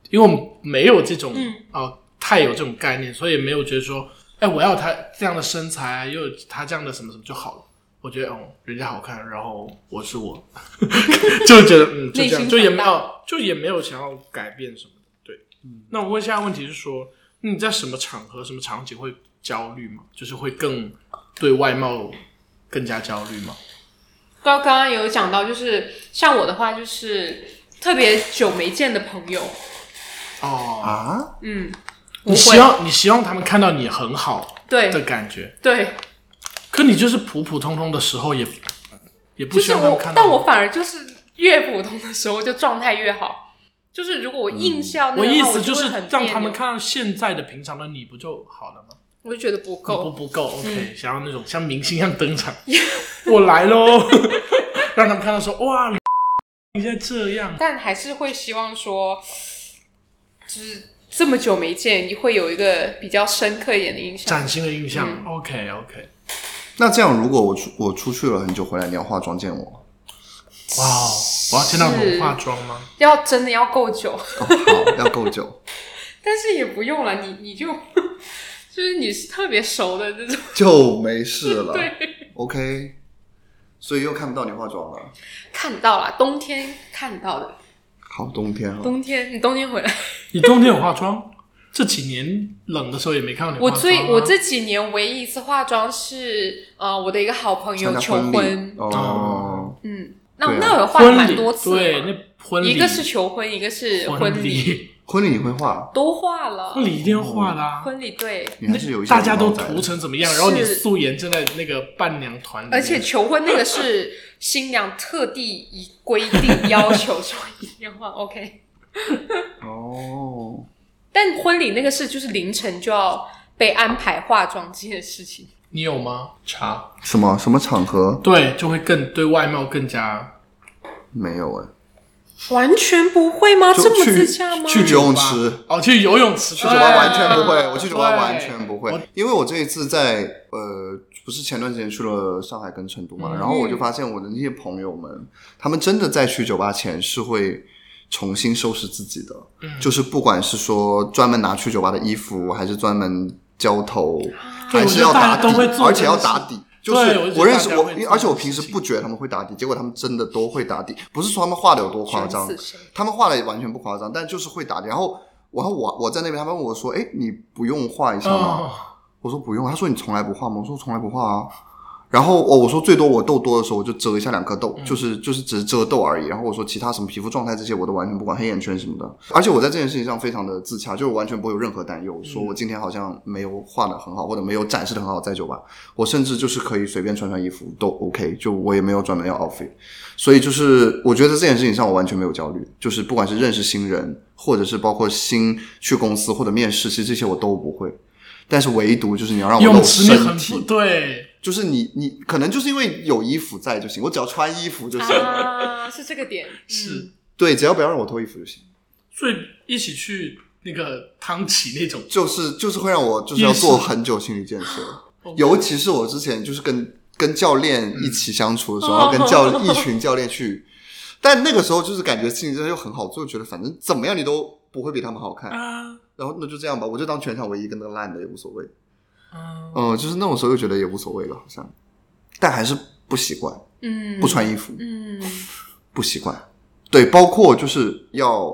Speaker 1: 因为我没有这种
Speaker 2: 嗯
Speaker 1: 啊、呃太有这种概念，所以没有觉得说，哎，我要他这样的身材，又有他这样的什么什么就好了。我觉得，哦，人家好看，然后我是 我，就觉得嗯，就这
Speaker 2: 内
Speaker 1: 样，
Speaker 2: 心
Speaker 1: 就也
Speaker 2: 坦
Speaker 1: 没
Speaker 2: 荡
Speaker 1: 有，就也没有想要改变什么的。对，那我问下一个问题是说，你在什么场合、什么场景会焦虑吗？就是会更对外貌更加焦虑吗？
Speaker 2: 刚刚刚有讲到，就是像我的话，就是特别久没见的朋友，
Speaker 1: 哦，
Speaker 3: 啊，
Speaker 2: 嗯，
Speaker 1: 你
Speaker 2: 我会
Speaker 1: 希望你希望他们看到你很好的
Speaker 2: 对
Speaker 1: 感觉，
Speaker 2: 对，
Speaker 1: 可你就是普普通通的时候也也不
Speaker 2: 就
Speaker 1: 希
Speaker 2: 是
Speaker 1: 望他们
Speaker 2: 我
Speaker 1: 看，到
Speaker 2: 但
Speaker 1: 你。
Speaker 2: 我反而就是越普通的时候，就状态越好。就是如果我硬是要那
Speaker 1: 嗯
Speaker 2: 个
Speaker 1: 我
Speaker 2: 的话，
Speaker 1: 意思
Speaker 2: 就是会很
Speaker 1: 让
Speaker 2: 别
Speaker 1: 他们
Speaker 2: 扭，
Speaker 1: 看到现在的平常的你不就好了吗？
Speaker 2: 我就觉得不
Speaker 1: 你不
Speaker 2: 够。
Speaker 1: 不够，OK，想
Speaker 2: 嗯
Speaker 1: 要那种像明星一样登 场，我来喽， 让他们看到说哇，你现在这样，
Speaker 2: 但还是会希望说，就是这么久没见，你会有一个比较深刻一点的印象。
Speaker 1: 崭新的印
Speaker 2: 嗯
Speaker 1: 象，OK OK，
Speaker 3: 那这样如果我出我出去了很久回来，你要化妆见 我吗？
Speaker 1: 哇哦，我要见到你化妆吗？
Speaker 2: 要真的要够久，
Speaker 3: 哦，好，要够久，
Speaker 2: 但是也不用了，你你就 就是你是特别熟的这种，
Speaker 3: 就没事了。
Speaker 2: 对，
Speaker 3: OK，所以又看不到你化妆了。
Speaker 2: 看到了，冬天看到的，
Speaker 3: 好，冬天啊，
Speaker 2: 冬天你冬天回来，
Speaker 1: 你冬天有化妆？这几年冷的时候也没看到你化
Speaker 2: 我
Speaker 1: 妆啊。
Speaker 2: 最我这几年唯一一次化妆是呃我的一个好朋
Speaker 3: 参
Speaker 2: 友
Speaker 3: 加
Speaker 2: 求
Speaker 3: 婚
Speaker 2: 婚
Speaker 3: 礼，
Speaker 1: 啊
Speaker 3: 哦，
Speaker 2: 嗯，那、
Speaker 3: 对啊
Speaker 2: 那我有化
Speaker 1: 婚
Speaker 2: 了
Speaker 1: 礼
Speaker 2: 蛮多次的
Speaker 1: 对，
Speaker 2: 嘛，
Speaker 1: 那婚礼
Speaker 2: 一个是求婚，一个是
Speaker 1: 婚
Speaker 2: 礼，
Speaker 1: 礼，
Speaker 3: 婚礼你会化，
Speaker 2: 都化 了，
Speaker 1: 婚礼一定要化的啊！
Speaker 2: 婚礼对，
Speaker 3: 你还是有一些
Speaker 1: 大家都
Speaker 3: 毛在的
Speaker 1: 涂成怎么样，然后你
Speaker 2: 是
Speaker 1: 素颜站在那个伴娘团里面，
Speaker 2: 而且求婚那个是新娘特地以规定要求说一定要化 OK，
Speaker 3: 哦。
Speaker 2: 但婚礼那个是就是凌晨就要被安排化妆这件事情。
Speaker 1: 你有吗？查
Speaker 3: 什么什么场合
Speaker 1: 对，就会更对外貌更加
Speaker 3: 没有哎？
Speaker 2: 完全不会吗？
Speaker 3: 就
Speaker 2: 啊这么
Speaker 3: 去
Speaker 2: 自驾吗？
Speaker 3: 去游泳池，
Speaker 1: 哦，去游泳池，去
Speaker 3: 去酒吧完全不会，我去酒吧
Speaker 1: 对
Speaker 3: 完全不
Speaker 1: 我
Speaker 3: 会，因为我这一次在呃，不是前段时间去了上海跟成都
Speaker 1: 嗯
Speaker 3: 嘛，然后我就发现我的那些朋友们，他们真的在去酒吧前是会。重新收拾自己的，
Speaker 1: 嗯
Speaker 3: 就是不管是说专门拿去酒吧的衣服，还是专门浇头，
Speaker 1: 对
Speaker 3: 还
Speaker 1: 我
Speaker 3: 是
Speaker 1: 觉得
Speaker 3: 要
Speaker 1: 大
Speaker 3: 打
Speaker 1: 家都会
Speaker 3: 底，
Speaker 1: 做
Speaker 3: 而且要
Speaker 1: 这件事
Speaker 3: 打底。就是
Speaker 1: 对我就觉得
Speaker 3: 我认识
Speaker 1: 大家
Speaker 3: 我
Speaker 1: 会，做
Speaker 3: 而且我
Speaker 1: 这件
Speaker 3: 平时
Speaker 1: 事情
Speaker 3: 不觉得他们会打底，结果他们真的都会打底。不是说他们画的有多夸张，
Speaker 2: 卷死谁
Speaker 3: 他们画的也完全不夸张，但就是会打底。然后，然后我我在那边，他们问我说：“哎，你不用画一下吗？”
Speaker 1: 哦，
Speaker 3: 我说：“不用。”他说：“你从来不画吗？”我说：“从来不画啊。”然后哦，我说最多我痘多的时候，我就遮一下两颗痘，就是就是只是遮痘而已。然后我说其他什么皮肤状态这些我都完全不管，黑眼圈什么的。而且我在这件事情上非常的自洽，就是我完全不会有任何担忧，说我今天好像没有画的很好，或者没有展示的很好在酒吧，我甚至就是可以随便穿穿衣服都 OK，就我也没有专门要 outfit。所以就是我觉得这件事情上我完全没有焦虑，就是不管是认识新人，或者是包括新去公司或者面试，其实这些我都不会。但是唯独就是你要让我
Speaker 1: 泳
Speaker 3: 露
Speaker 1: 池你很
Speaker 3: 身体
Speaker 1: 不，对，
Speaker 3: 就是你你可能就是因为有衣服在就行，我只要穿衣服就行。
Speaker 2: 啊，是这个点，
Speaker 1: 是
Speaker 3: 对，只要不要让我脱衣服就行。
Speaker 1: 所以一起去那个汤奇那种，
Speaker 3: 就是就是会让我就是要
Speaker 1: 夜市
Speaker 3: 做很久心理建设，
Speaker 2: 哦
Speaker 3: 尤其是我之前就是跟跟教练一起相处的时候，
Speaker 2: 嗯
Speaker 3: 然后跟 教一群教练去，但那个时候就是感觉心理建设又很好做，就觉得反正怎么样你都不会比他们好看，
Speaker 1: 啊，
Speaker 3: 然后那就这样吧，我就当全场唯一跟那个烂的也无所谓。
Speaker 1: 嗯，
Speaker 3: 嗯，就是那种时候就觉得也无所谓了，好像，但还是不习惯
Speaker 2: 嗯，
Speaker 3: 不，穿衣服。
Speaker 2: 嗯，
Speaker 3: 不习惯。对，包括就是要，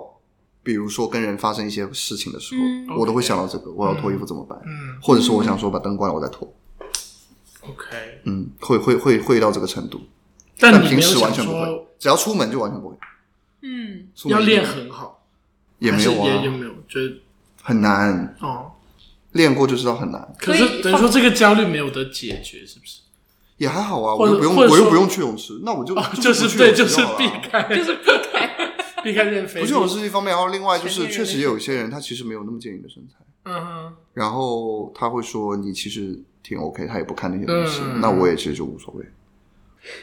Speaker 3: 比如说跟人发生一些事情的时候，
Speaker 2: 嗯
Speaker 3: 我都会想到这个，我要脱衣服怎么办？
Speaker 1: 嗯
Speaker 3: 或者是我想说把灯关了，我再脱。
Speaker 1: ，OK，
Speaker 3: 嗯，会会会会到这个程度，
Speaker 1: 但你
Speaker 3: 平
Speaker 1: 没有
Speaker 3: 时完
Speaker 1: 想
Speaker 3: 全不
Speaker 1: 说
Speaker 3: 会，只要出门就完全不会。
Speaker 2: 嗯，
Speaker 3: 出门
Speaker 1: 要
Speaker 3: 就
Speaker 1: 练很好，
Speaker 3: 也
Speaker 1: 还
Speaker 3: 没
Speaker 1: 是
Speaker 3: 有
Speaker 1: 也也
Speaker 3: 啊，
Speaker 1: 没有，觉得
Speaker 3: 很难，
Speaker 1: 哦，
Speaker 3: 练过就知道很难，
Speaker 1: 可
Speaker 2: 所以
Speaker 1: 是等于说这个焦虑没有得解决，是不是？
Speaker 3: 也还好啊，
Speaker 1: 或
Speaker 3: 我
Speaker 1: 者
Speaker 3: 又不用
Speaker 1: 或者说
Speaker 3: 我又不用去泳池，那我就
Speaker 1: 哦， 就
Speaker 3: 不
Speaker 1: 是
Speaker 3: 去
Speaker 1: 对，
Speaker 3: 泳池
Speaker 1: 就是
Speaker 3: 好了
Speaker 1: 避
Speaker 3: 啊
Speaker 1: 开，
Speaker 2: 就是避开，
Speaker 1: 避开 练飞
Speaker 3: 不去
Speaker 1: 机，
Speaker 3: 泳池是一方面，然后另外就
Speaker 2: 全
Speaker 3: 是
Speaker 2: 面
Speaker 3: 确实
Speaker 2: 人
Speaker 3: 也有一些人他其实没有那么健你的身材。
Speaker 1: 嗯哼，
Speaker 3: 然后他会说你其实挺 OK，他也不看那些东西，
Speaker 1: 嗯
Speaker 3: 那我也其实就无所谓。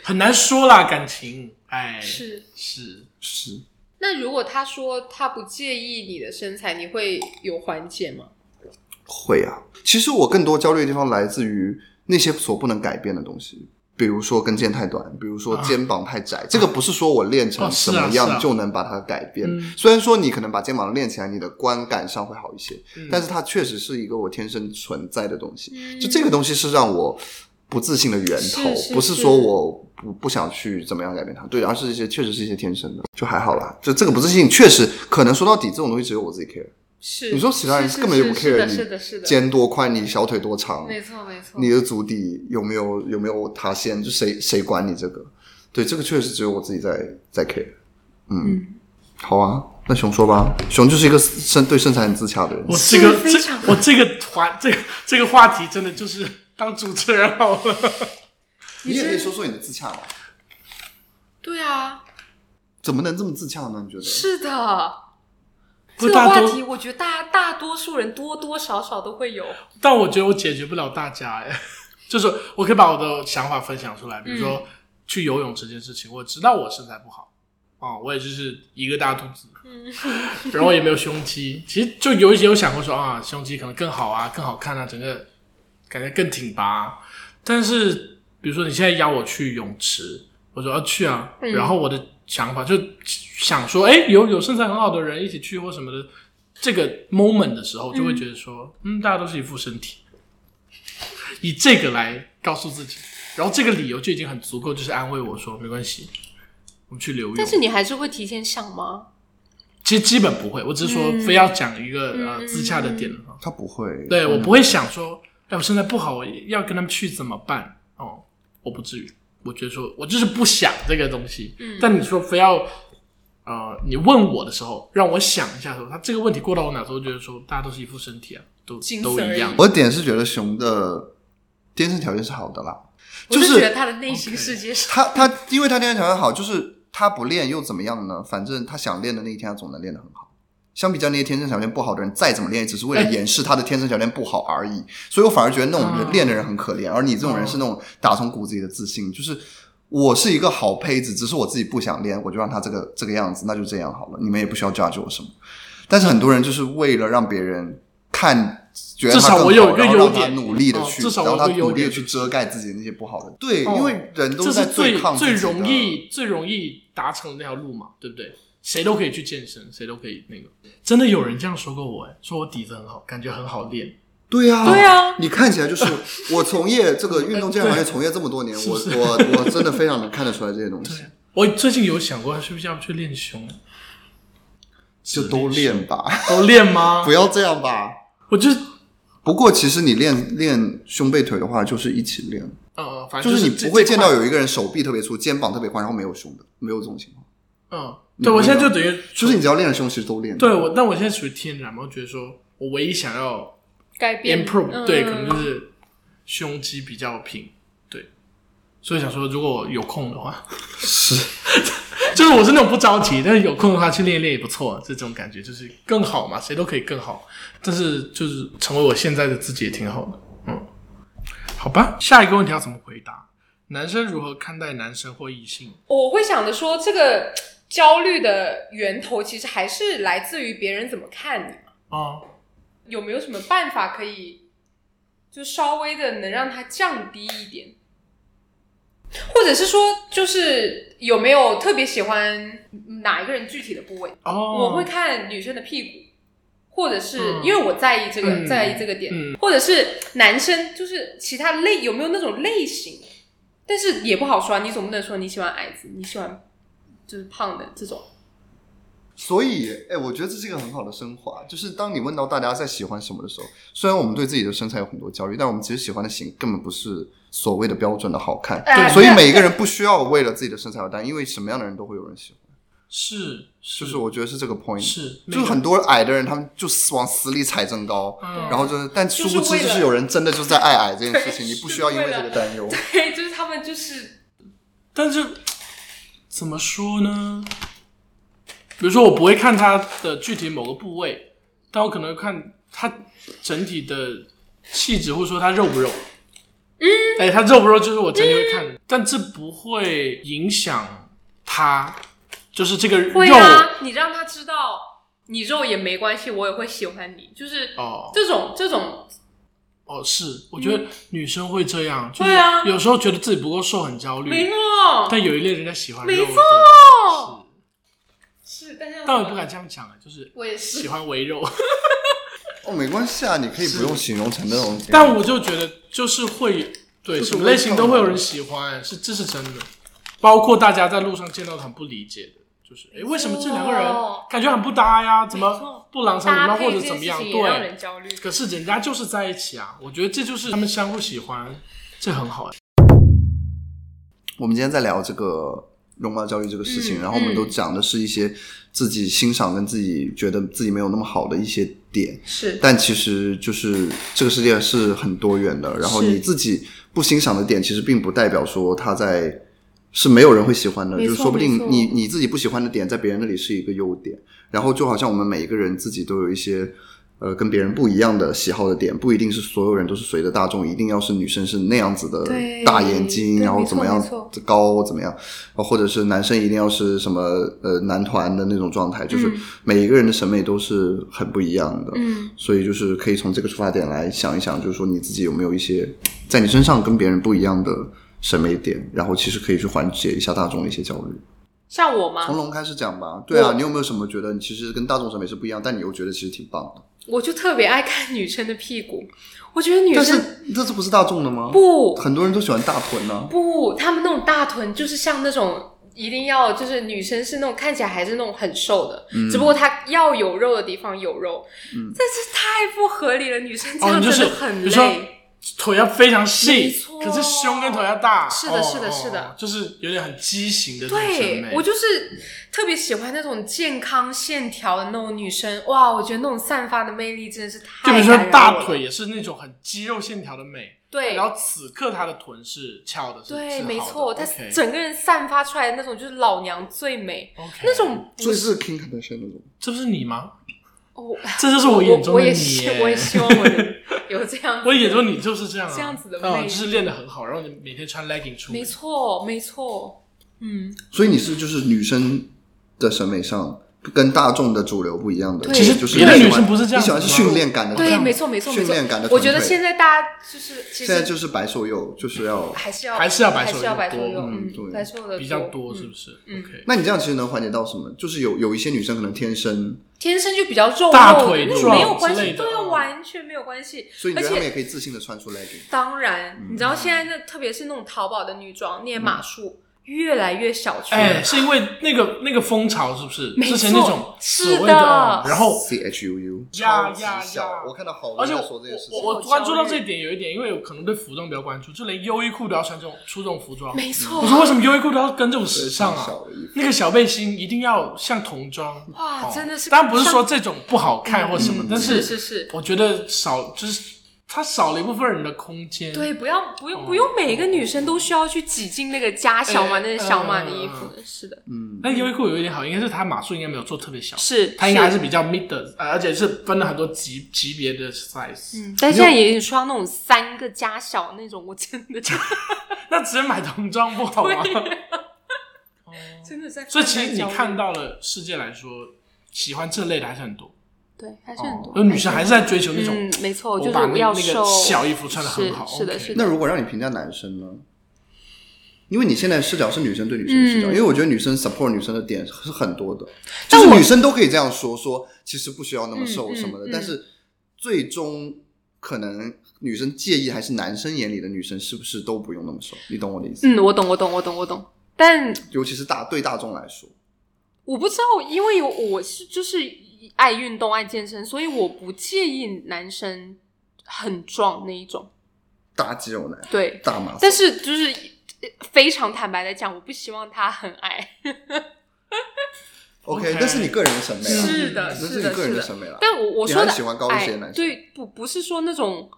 Speaker 1: 很难说啦，感情，哎，
Speaker 2: 是。
Speaker 1: 是，
Speaker 3: 是，
Speaker 2: 那如果他说他不介意你的身材，你会有缓解吗？
Speaker 3: 会啊。其实我更多焦虑的地方来自于那些所不能改变的东西，比如说跟腱太短，比如说
Speaker 1: 啊
Speaker 3: 肩膀太窄。这个不是说我练
Speaker 1: 哦
Speaker 3: 成
Speaker 1: 是
Speaker 3: 什
Speaker 1: 啊
Speaker 3: 么
Speaker 1: 是
Speaker 3: 样
Speaker 1: 啊
Speaker 3: 就能把它改变。
Speaker 1: 嗯
Speaker 3: 虽然说你可能把肩膀练起来，你的观感上会好一些，
Speaker 1: 嗯
Speaker 3: 但是它确实是一个我天生存在的东西。
Speaker 2: 嗯
Speaker 3: 就这个东西是让我不自信的源头，
Speaker 2: 是是
Speaker 3: 不是说我不不想去怎么样改变它，对，而是一些确实是一些天生的，就还好啦。就这个不自信，确实可能说到底，这种东西只有我自己 care。
Speaker 2: 是
Speaker 3: 你说其他人
Speaker 2: 是是
Speaker 3: 根本就不
Speaker 2: 是
Speaker 3: care
Speaker 2: 的，是的，是
Speaker 3: 你
Speaker 2: 的，
Speaker 3: 肩多宽，你小腿多长，
Speaker 2: 没错没错，
Speaker 3: 你的足底有没有有没有塌陷，就谁谁管你这个？对，这个确实只有我自己在在 care。
Speaker 2: 嗯，
Speaker 3: 好啊，那熊说吧，熊就是一个身对身材很自洽的人。
Speaker 1: 我这个
Speaker 2: 非常
Speaker 1: 这我这个团这个这个话题真的就是当主持人好了。
Speaker 3: 你也可以说说你的自洽嘛？
Speaker 2: 对啊，
Speaker 3: 怎么能这么自洽呢？你觉得？
Speaker 2: 是的。
Speaker 1: 不
Speaker 2: 这个
Speaker 1: 大
Speaker 2: 话
Speaker 1: 多
Speaker 2: 题，我觉得大大多数人多多少少都会有。
Speaker 1: 但我觉得我解决不了大家哎，就是我可以把我的想法分享出来，比如说、去游泳这件事情，我知道我身材不好，哦、我也就是一个大肚子，然后我也没有胸肌，其实就有一些有想过说啊，胸肌可能更好啊，更好看啊，整个感觉更挺拔啊、但是比如说你现在邀我去泳池，我说要、啊、去啊，
Speaker 2: 嗯
Speaker 1: 然后我的想法就想说，哎，有有身材很好的人一起去或什么的。这个 moment 的时候，就会觉得说，嗯，大家都是一副身体，以这个来告诉自己，然后这个理由就已经很足够，就是安慰我说没关系，我们去留
Speaker 2: 但
Speaker 1: 泳
Speaker 2: 是。你还是会提前想吗？
Speaker 1: 其实基本不会，我只是说非要讲一个、
Speaker 2: 嗯
Speaker 1: 呃自洽的点的话，
Speaker 3: 他不会，嗯
Speaker 1: 对我不
Speaker 3: 会。
Speaker 1: 会想说，哎，我身材不好，我要跟他们去怎么办？哦，我不至于，我觉得说我就是不想这个东西。
Speaker 2: 嗯
Speaker 1: 但你说非要。呃，你问我的时候，让我想一下说，他这个问题过到我哪时候，觉得说大家都是一副身体啊，都
Speaker 2: 仅此
Speaker 1: 都
Speaker 2: 而
Speaker 1: 一
Speaker 2: 已
Speaker 1: 样。
Speaker 3: 我的点是觉得熊的天生条件是好的啦，
Speaker 2: 我
Speaker 3: 就
Speaker 2: 觉得
Speaker 3: 是
Speaker 2: 他的内心世界是
Speaker 3: 他他因为他天生条件好，就是他不练又怎么样呢？反正他想练的那一天，他总能练得很好。相比较那些天生条件不好的人，再怎么练，也只是为了掩饰他的天生条件不好而已。所以我反而觉得那种
Speaker 1: 嗯
Speaker 3: 人练的人很可怜，而你这种人是那种打从骨子里的自信，就是我是一个好胚子，只是我自己不想练，我就让他这个这个样子，那就这样好了，你们也不需要 judge 我什么。但是很多人就是为了让别人看，觉得
Speaker 1: 至少
Speaker 3: 他更
Speaker 1: 我有
Speaker 3: 好
Speaker 1: 一个
Speaker 3: 然后
Speaker 1: 优
Speaker 3: 让他
Speaker 1: 点
Speaker 3: 努力的
Speaker 1: 哦
Speaker 3: 去，
Speaker 1: 至少
Speaker 3: 然后
Speaker 1: 我有
Speaker 3: 他
Speaker 1: 个优
Speaker 3: 努力的
Speaker 1: 点
Speaker 3: 去遮盖自己那些不好的。对，
Speaker 1: 哦
Speaker 3: 因为人都
Speaker 1: 这
Speaker 3: 在
Speaker 1: 是最
Speaker 3: 抗自
Speaker 1: 最
Speaker 3: 己的
Speaker 1: 容易最容易达成的那条路嘛，对不对？谁都可以去健身，谁都可以那个。真的有人这样说过我，哎，说我底子很好，感觉很好练。
Speaker 3: 对呀、
Speaker 2: 对啊
Speaker 3: 你看起来就是我从业这个运动健身行业从业这么多年，
Speaker 1: 是不是
Speaker 3: 我我我真的非常能看得出来这些东西，
Speaker 1: 我最近有想过，是不是要去练胸？
Speaker 3: 就都练吧，
Speaker 1: 都练吗
Speaker 3: 不？要这样吧。
Speaker 1: 我就
Speaker 3: 不过其实你练练胸背腿的话，就是一起练，
Speaker 1: 呃，反正
Speaker 3: 就是你
Speaker 1: 这
Speaker 3: 不会见到，
Speaker 1: 这
Speaker 3: 有一个人手臂特别粗、肩膀特别宽，然后没有胸的，没有这种情况。
Speaker 1: 块嗯，
Speaker 3: 你
Speaker 1: 对
Speaker 3: 不
Speaker 1: 我
Speaker 3: 会
Speaker 1: 现在
Speaker 3: 吗
Speaker 1: 就等于
Speaker 3: 就是你只要练了胸，其实都练得
Speaker 1: 对
Speaker 3: 到。
Speaker 1: 我，但我现在属于天然嘛，我觉得说我唯一想要
Speaker 2: 改变
Speaker 1: improve，、
Speaker 2: 嗯
Speaker 1: 对，可能就是胸肌比较平，对，所以想说如果有空的话，是， 就是我是那种不着急，但是有空的话去练一练也不错，这种感觉就是更好嘛，谁都可以更好，但是就是成为我现在的自己也挺好的，嗯，好吧，下一个问题要怎么回答？男生如何看待男生或异性？
Speaker 2: 我会想着说，这个焦虑的源头其实还是来自于别人怎么看你嘛。
Speaker 3: 啊
Speaker 1: 哦，
Speaker 2: 有没有什么办法可以，就稍微的能让它降低一点？或者是说，就是有没有特别喜欢哪一个人具体的部位？
Speaker 1: 哦，
Speaker 2: 我会看女生的屁股，或者是、
Speaker 1: 嗯
Speaker 2: 因为我在意这个、
Speaker 1: 嗯
Speaker 2: 在意这个点，或者是男生就是其他类有没有那种类型，但是也不好说啊，你总不能说你喜欢矮子，你喜欢就是胖的这种，
Speaker 3: 所以，哎，我觉得这是一个很好的升华，就是当你问到大家在喜欢什么的时候，虽然我们对自己的身材有很多焦虑，但我们其实喜欢的型根本不是所谓的标准的好看，
Speaker 2: 哎
Speaker 3: 所以每一个人不需要为了自己的身材而担，因为什么样的人都会有人喜欢。
Speaker 1: 是，
Speaker 3: 就是是我觉得是这个 point，
Speaker 1: 是，
Speaker 3: 就是很多矮的人，他们就是往死里踩增高，
Speaker 1: 嗯
Speaker 3: 然后就是，但殊不
Speaker 2: 就是为
Speaker 3: 知
Speaker 2: 了
Speaker 3: 就是有人真的就是在爱矮这件事情，
Speaker 2: 对
Speaker 3: 你不需要因为
Speaker 2: 是为
Speaker 3: 这
Speaker 2: 了
Speaker 3: 个担忧。
Speaker 2: 对，就是他们就是
Speaker 1: 但是怎么说呢？比如说，我不会看他的具体某个部位，但我可能会看他整体的气质，或者说他肉不肉。嗯，哎、他肉不肉就是我整体会看
Speaker 2: 嗯
Speaker 1: 的，但这不会影响他，就是这个
Speaker 2: 会
Speaker 1: 肉、
Speaker 2: 啊，你让他知道你肉也没关系，我也会喜欢你，就是
Speaker 1: 哦
Speaker 2: 这种这种
Speaker 1: 哦，是，我觉得女生会这样，就
Speaker 2: 嗯会啊
Speaker 1: 是有时候觉得自己不够瘦很焦
Speaker 2: 没
Speaker 1: 虑，
Speaker 2: 错，
Speaker 1: 但有一类人家喜欢肉
Speaker 2: 没
Speaker 1: 的，
Speaker 2: 错
Speaker 1: 是
Speaker 2: 是，但是
Speaker 1: 但我也不敢这样讲啊，就是
Speaker 2: 我也是
Speaker 1: 喜欢围肉。
Speaker 3: 哦，没关系啊，你可以不用形容成那种。
Speaker 1: 但我就觉得就是会对
Speaker 3: 就是
Speaker 1: 什么类型都会有人喜欢，是这是真的，包括大家在路上见到的很不理解的，就是哎为什么这两个人感觉很不搭呀？怎
Speaker 2: 哦没错
Speaker 1: 么不郎才女
Speaker 2: 搭
Speaker 1: 貌
Speaker 2: 配
Speaker 1: 或
Speaker 2: 这
Speaker 1: 者
Speaker 2: 件
Speaker 1: 怎么
Speaker 2: 事
Speaker 1: 样？
Speaker 2: 情也让
Speaker 1: 对，
Speaker 2: 人焦虑。
Speaker 1: 可是人家就是在一起啊，我觉得这就是他们相互喜欢，这很好。
Speaker 3: 我们今天在聊这个容貌焦虑这个事情，
Speaker 2: 嗯
Speaker 3: 然后我们都讲的是一些自己欣赏跟自己觉得自己没有那么好的一些点，
Speaker 2: 是，
Speaker 3: 但其实就是这个世界是很多元的，然后
Speaker 2: 是
Speaker 3: 你自己不欣赏的点，其实并不代表说他在是没有人会喜欢的，
Speaker 2: 没
Speaker 3: 就
Speaker 2: 错
Speaker 3: 是说不
Speaker 2: 没错
Speaker 3: 定你你自己不喜欢的点，在别人那里是一个优点。然后就好像我们每一个人自己都有一些呃跟别人不一样的喜好的点，不一定是所有人都是随着大众，一定要是女生是那样子的
Speaker 2: 对
Speaker 3: 大眼睛，
Speaker 2: 对
Speaker 3: 然后
Speaker 2: 没错
Speaker 3: 怎么样
Speaker 2: 没错
Speaker 3: 高怎么样，啊或者是男生一定要是什么呃男团的那种状态，就是
Speaker 2: 嗯
Speaker 3: 每一个人的审美都是很不一样的。
Speaker 2: 嗯，
Speaker 3: 所以就是可以从这个出发点来想一想，就是说你自己有没有一些在你身上跟别人不一样的审美点，然后其实可以去缓解一下大众的一些焦虑。
Speaker 2: 像我
Speaker 3: 从
Speaker 2: 嘛，
Speaker 3: 龙开始讲吧，对啊，
Speaker 2: 啊我
Speaker 3: 你有没有什么觉得你其实跟大众审美是不一样，但你又觉得其实挺棒的？
Speaker 2: 我就特别爱看女生的屁股，我觉得女
Speaker 3: 但
Speaker 2: 生
Speaker 3: 是这次不是大众的吗？，
Speaker 2: 不
Speaker 3: 很多人都喜欢大臀呢、
Speaker 2: 不，她们那种大臀就是像那种。一定要就是女生是那种看起来还是那种很瘦的，
Speaker 1: 嗯
Speaker 2: 只不过她要有肉的地方有肉，嗯、这是太不合理了。女生这
Speaker 1: 哦，
Speaker 2: 样
Speaker 1: 你就
Speaker 2: 真
Speaker 1: 是
Speaker 2: 的很
Speaker 1: 比如说
Speaker 2: 累，
Speaker 1: 腿要非常
Speaker 2: 没
Speaker 1: 细
Speaker 2: 错，
Speaker 1: 可是胸跟腿要大，
Speaker 2: 是的
Speaker 1: 哦
Speaker 2: 是的
Speaker 1: 哦
Speaker 2: 是的
Speaker 1: 哦就是有点很畸形的这种审
Speaker 2: 对
Speaker 1: 美
Speaker 2: 我。就是特别喜欢那种健康线条的那种女生，哇，我觉得那种散发的魅力真的是太
Speaker 1: 就比
Speaker 2: 感
Speaker 1: 如
Speaker 2: 染我
Speaker 1: 说
Speaker 2: 了。
Speaker 1: 大腿也是那种很肌肉线条的美，
Speaker 2: 对，
Speaker 1: 然后此刻他的臀是翘的是，
Speaker 2: 对，
Speaker 1: 是
Speaker 2: 没
Speaker 1: 好的
Speaker 2: 错，她
Speaker 1: OK
Speaker 2: 整个人散发出来的那种就是老娘最美
Speaker 1: OK
Speaker 2: 那种不
Speaker 3: 所以是 King Kardashian 那种。
Speaker 1: 这不是你吗？
Speaker 2: 我哦
Speaker 1: 这就是
Speaker 2: 我
Speaker 1: 眼中的
Speaker 2: 也
Speaker 1: 你
Speaker 2: 希
Speaker 1: 耶。
Speaker 2: 我也希望我能有这样子，
Speaker 1: 我眼中你就是这样、啊，
Speaker 2: 这样子的魅
Speaker 1: 嗯，
Speaker 2: 力
Speaker 1: 就是练得很好，然后你每天穿 legging 出门
Speaker 2: 没，错没错，嗯，
Speaker 3: 所以你是就是女生的审美上跟大众的主流不一样的，
Speaker 2: 对其实
Speaker 3: 就是
Speaker 1: 别的
Speaker 3: 你喜
Speaker 1: 女
Speaker 3: 欢
Speaker 1: 生不是这样
Speaker 3: 你喜欢
Speaker 1: 子
Speaker 3: 是
Speaker 1: 吗
Speaker 3: 训练感的臀，
Speaker 2: 对，没错没错没
Speaker 3: 训
Speaker 2: 错
Speaker 3: 练感的臀腿。
Speaker 2: 我觉得现在大家就是其
Speaker 3: 现在
Speaker 2: 实
Speaker 3: 就是白瘦幼，就是要。
Speaker 2: 还是要
Speaker 1: 还是要白
Speaker 2: 还
Speaker 1: 手
Speaker 2: 是要
Speaker 1: 的
Speaker 2: 白
Speaker 1: 多
Speaker 2: 幼，
Speaker 3: 嗯
Speaker 2: 嗯，
Speaker 3: 对
Speaker 2: 白瘦的
Speaker 1: 比较多是
Speaker 2: 嗯
Speaker 1: 不是、
Speaker 2: 嗯
Speaker 1: o k
Speaker 3: 那你这样其实能缓解到什么？就是有有一些女生可能天生，
Speaker 2: 嗯天生就比较肉
Speaker 1: 大
Speaker 2: 肉
Speaker 1: 腿
Speaker 2: 的那
Speaker 1: 壮
Speaker 2: 没有关
Speaker 1: 之
Speaker 2: 系，
Speaker 1: 类的
Speaker 2: 对啊，
Speaker 1: 嗯
Speaker 2: 完全没有关系，
Speaker 3: 所以你
Speaker 2: 而
Speaker 3: 觉得
Speaker 2: 且
Speaker 3: 她们也可以自信的穿出 legging。嗯
Speaker 2: 当然，你知道现在那特别是那种淘宝的女装，那些码数、越来越小去了。
Speaker 1: 哎，是因为那个那个风潮是不是？
Speaker 2: 没错
Speaker 1: 之前那种
Speaker 2: 是的
Speaker 1: 所谓的，哦然后
Speaker 3: C H U U，
Speaker 1: 呀
Speaker 3: 超级
Speaker 1: 呀呀
Speaker 3: 小，我看到好多
Speaker 1: 而且
Speaker 3: 人在
Speaker 1: 我
Speaker 3: 说这件事情。
Speaker 1: 我我
Speaker 2: 好
Speaker 1: 关注到
Speaker 2: 焦虑
Speaker 1: 这一点有一点，因为我可能对服装比较关注，就连优衣库都要穿这种出这种服装。
Speaker 2: 没错
Speaker 1: 我，说为什么优衣库都要跟这种时尚啊？
Speaker 3: 小的衣服，
Speaker 1: 那个小背心一定要像童装，
Speaker 2: 哇，真的是。
Speaker 1: 当然不是说这种不好看或什么，但
Speaker 2: 嗯是是是，
Speaker 1: 我觉得少就是它少了一部分人的空间。
Speaker 2: 对，不要不
Speaker 1: 哦
Speaker 2: 用不用，每一个女生都需要去挤进那个加小
Speaker 1: 哎
Speaker 2: 码那个小
Speaker 1: 嗯
Speaker 2: 码的衣服。是的，
Speaker 3: 嗯，
Speaker 1: 但优衣库有一点好，应该是它码数应该没有做特别小，
Speaker 2: 是
Speaker 1: 它应该还是比较 mid 的，呃而且是分了很多级级别的 size。
Speaker 2: 嗯，但现在也有穿那种三个加小那种，我真 的就
Speaker 1: 那直接买童装不好吗？哦
Speaker 2: 真的在。
Speaker 1: 所以其实你看，到了世界来说，喜欢这类的还是很多，哦
Speaker 2: 对，还是很多。
Speaker 1: 有女生还是在追求那种
Speaker 2: 嗯，没错，就
Speaker 1: 我
Speaker 2: 是
Speaker 1: 把那
Speaker 2: 要
Speaker 1: 那
Speaker 2: 瘦
Speaker 1: 个。小衣服穿的很好。
Speaker 2: 是是的
Speaker 1: OK
Speaker 2: 是的
Speaker 3: 那如果让你评价男生呢？因为你现在视角是女生对女生的视角，因
Speaker 2: 嗯
Speaker 3: 为我觉得女生 support 女生的点是很多的，就
Speaker 2: 但
Speaker 3: 是
Speaker 2: 我
Speaker 3: 女生都可以这样说，说其实不需要那么瘦
Speaker 2: 嗯嗯
Speaker 3: 什么的，
Speaker 2: 嗯
Speaker 3: 但是最终可能女生介意还是男生眼里的女生是不是都不用那么瘦？你懂我的意思？
Speaker 2: 嗯，我懂，我懂，我懂，我懂。但
Speaker 3: 尤其是大对大众来说，
Speaker 2: 我不知道，因为我是就是爱运动、爱健身，所以我不介意男生很壮那一种。
Speaker 3: 大肌肉男、
Speaker 2: 对，
Speaker 3: 大马，
Speaker 2: 但是就是呃非常坦白的讲，我不希望他很矮。
Speaker 3: OK，
Speaker 1: OK
Speaker 3: 那是你个人的审美了，
Speaker 2: 是的
Speaker 3: 那
Speaker 2: 是的
Speaker 3: 是你个人
Speaker 2: 是的
Speaker 3: 审美了。
Speaker 2: 但我我
Speaker 3: 啊你
Speaker 2: 说
Speaker 3: 还
Speaker 2: 的
Speaker 3: 喜欢高一些
Speaker 2: 矮
Speaker 3: 男生
Speaker 2: 对，不不是说那种，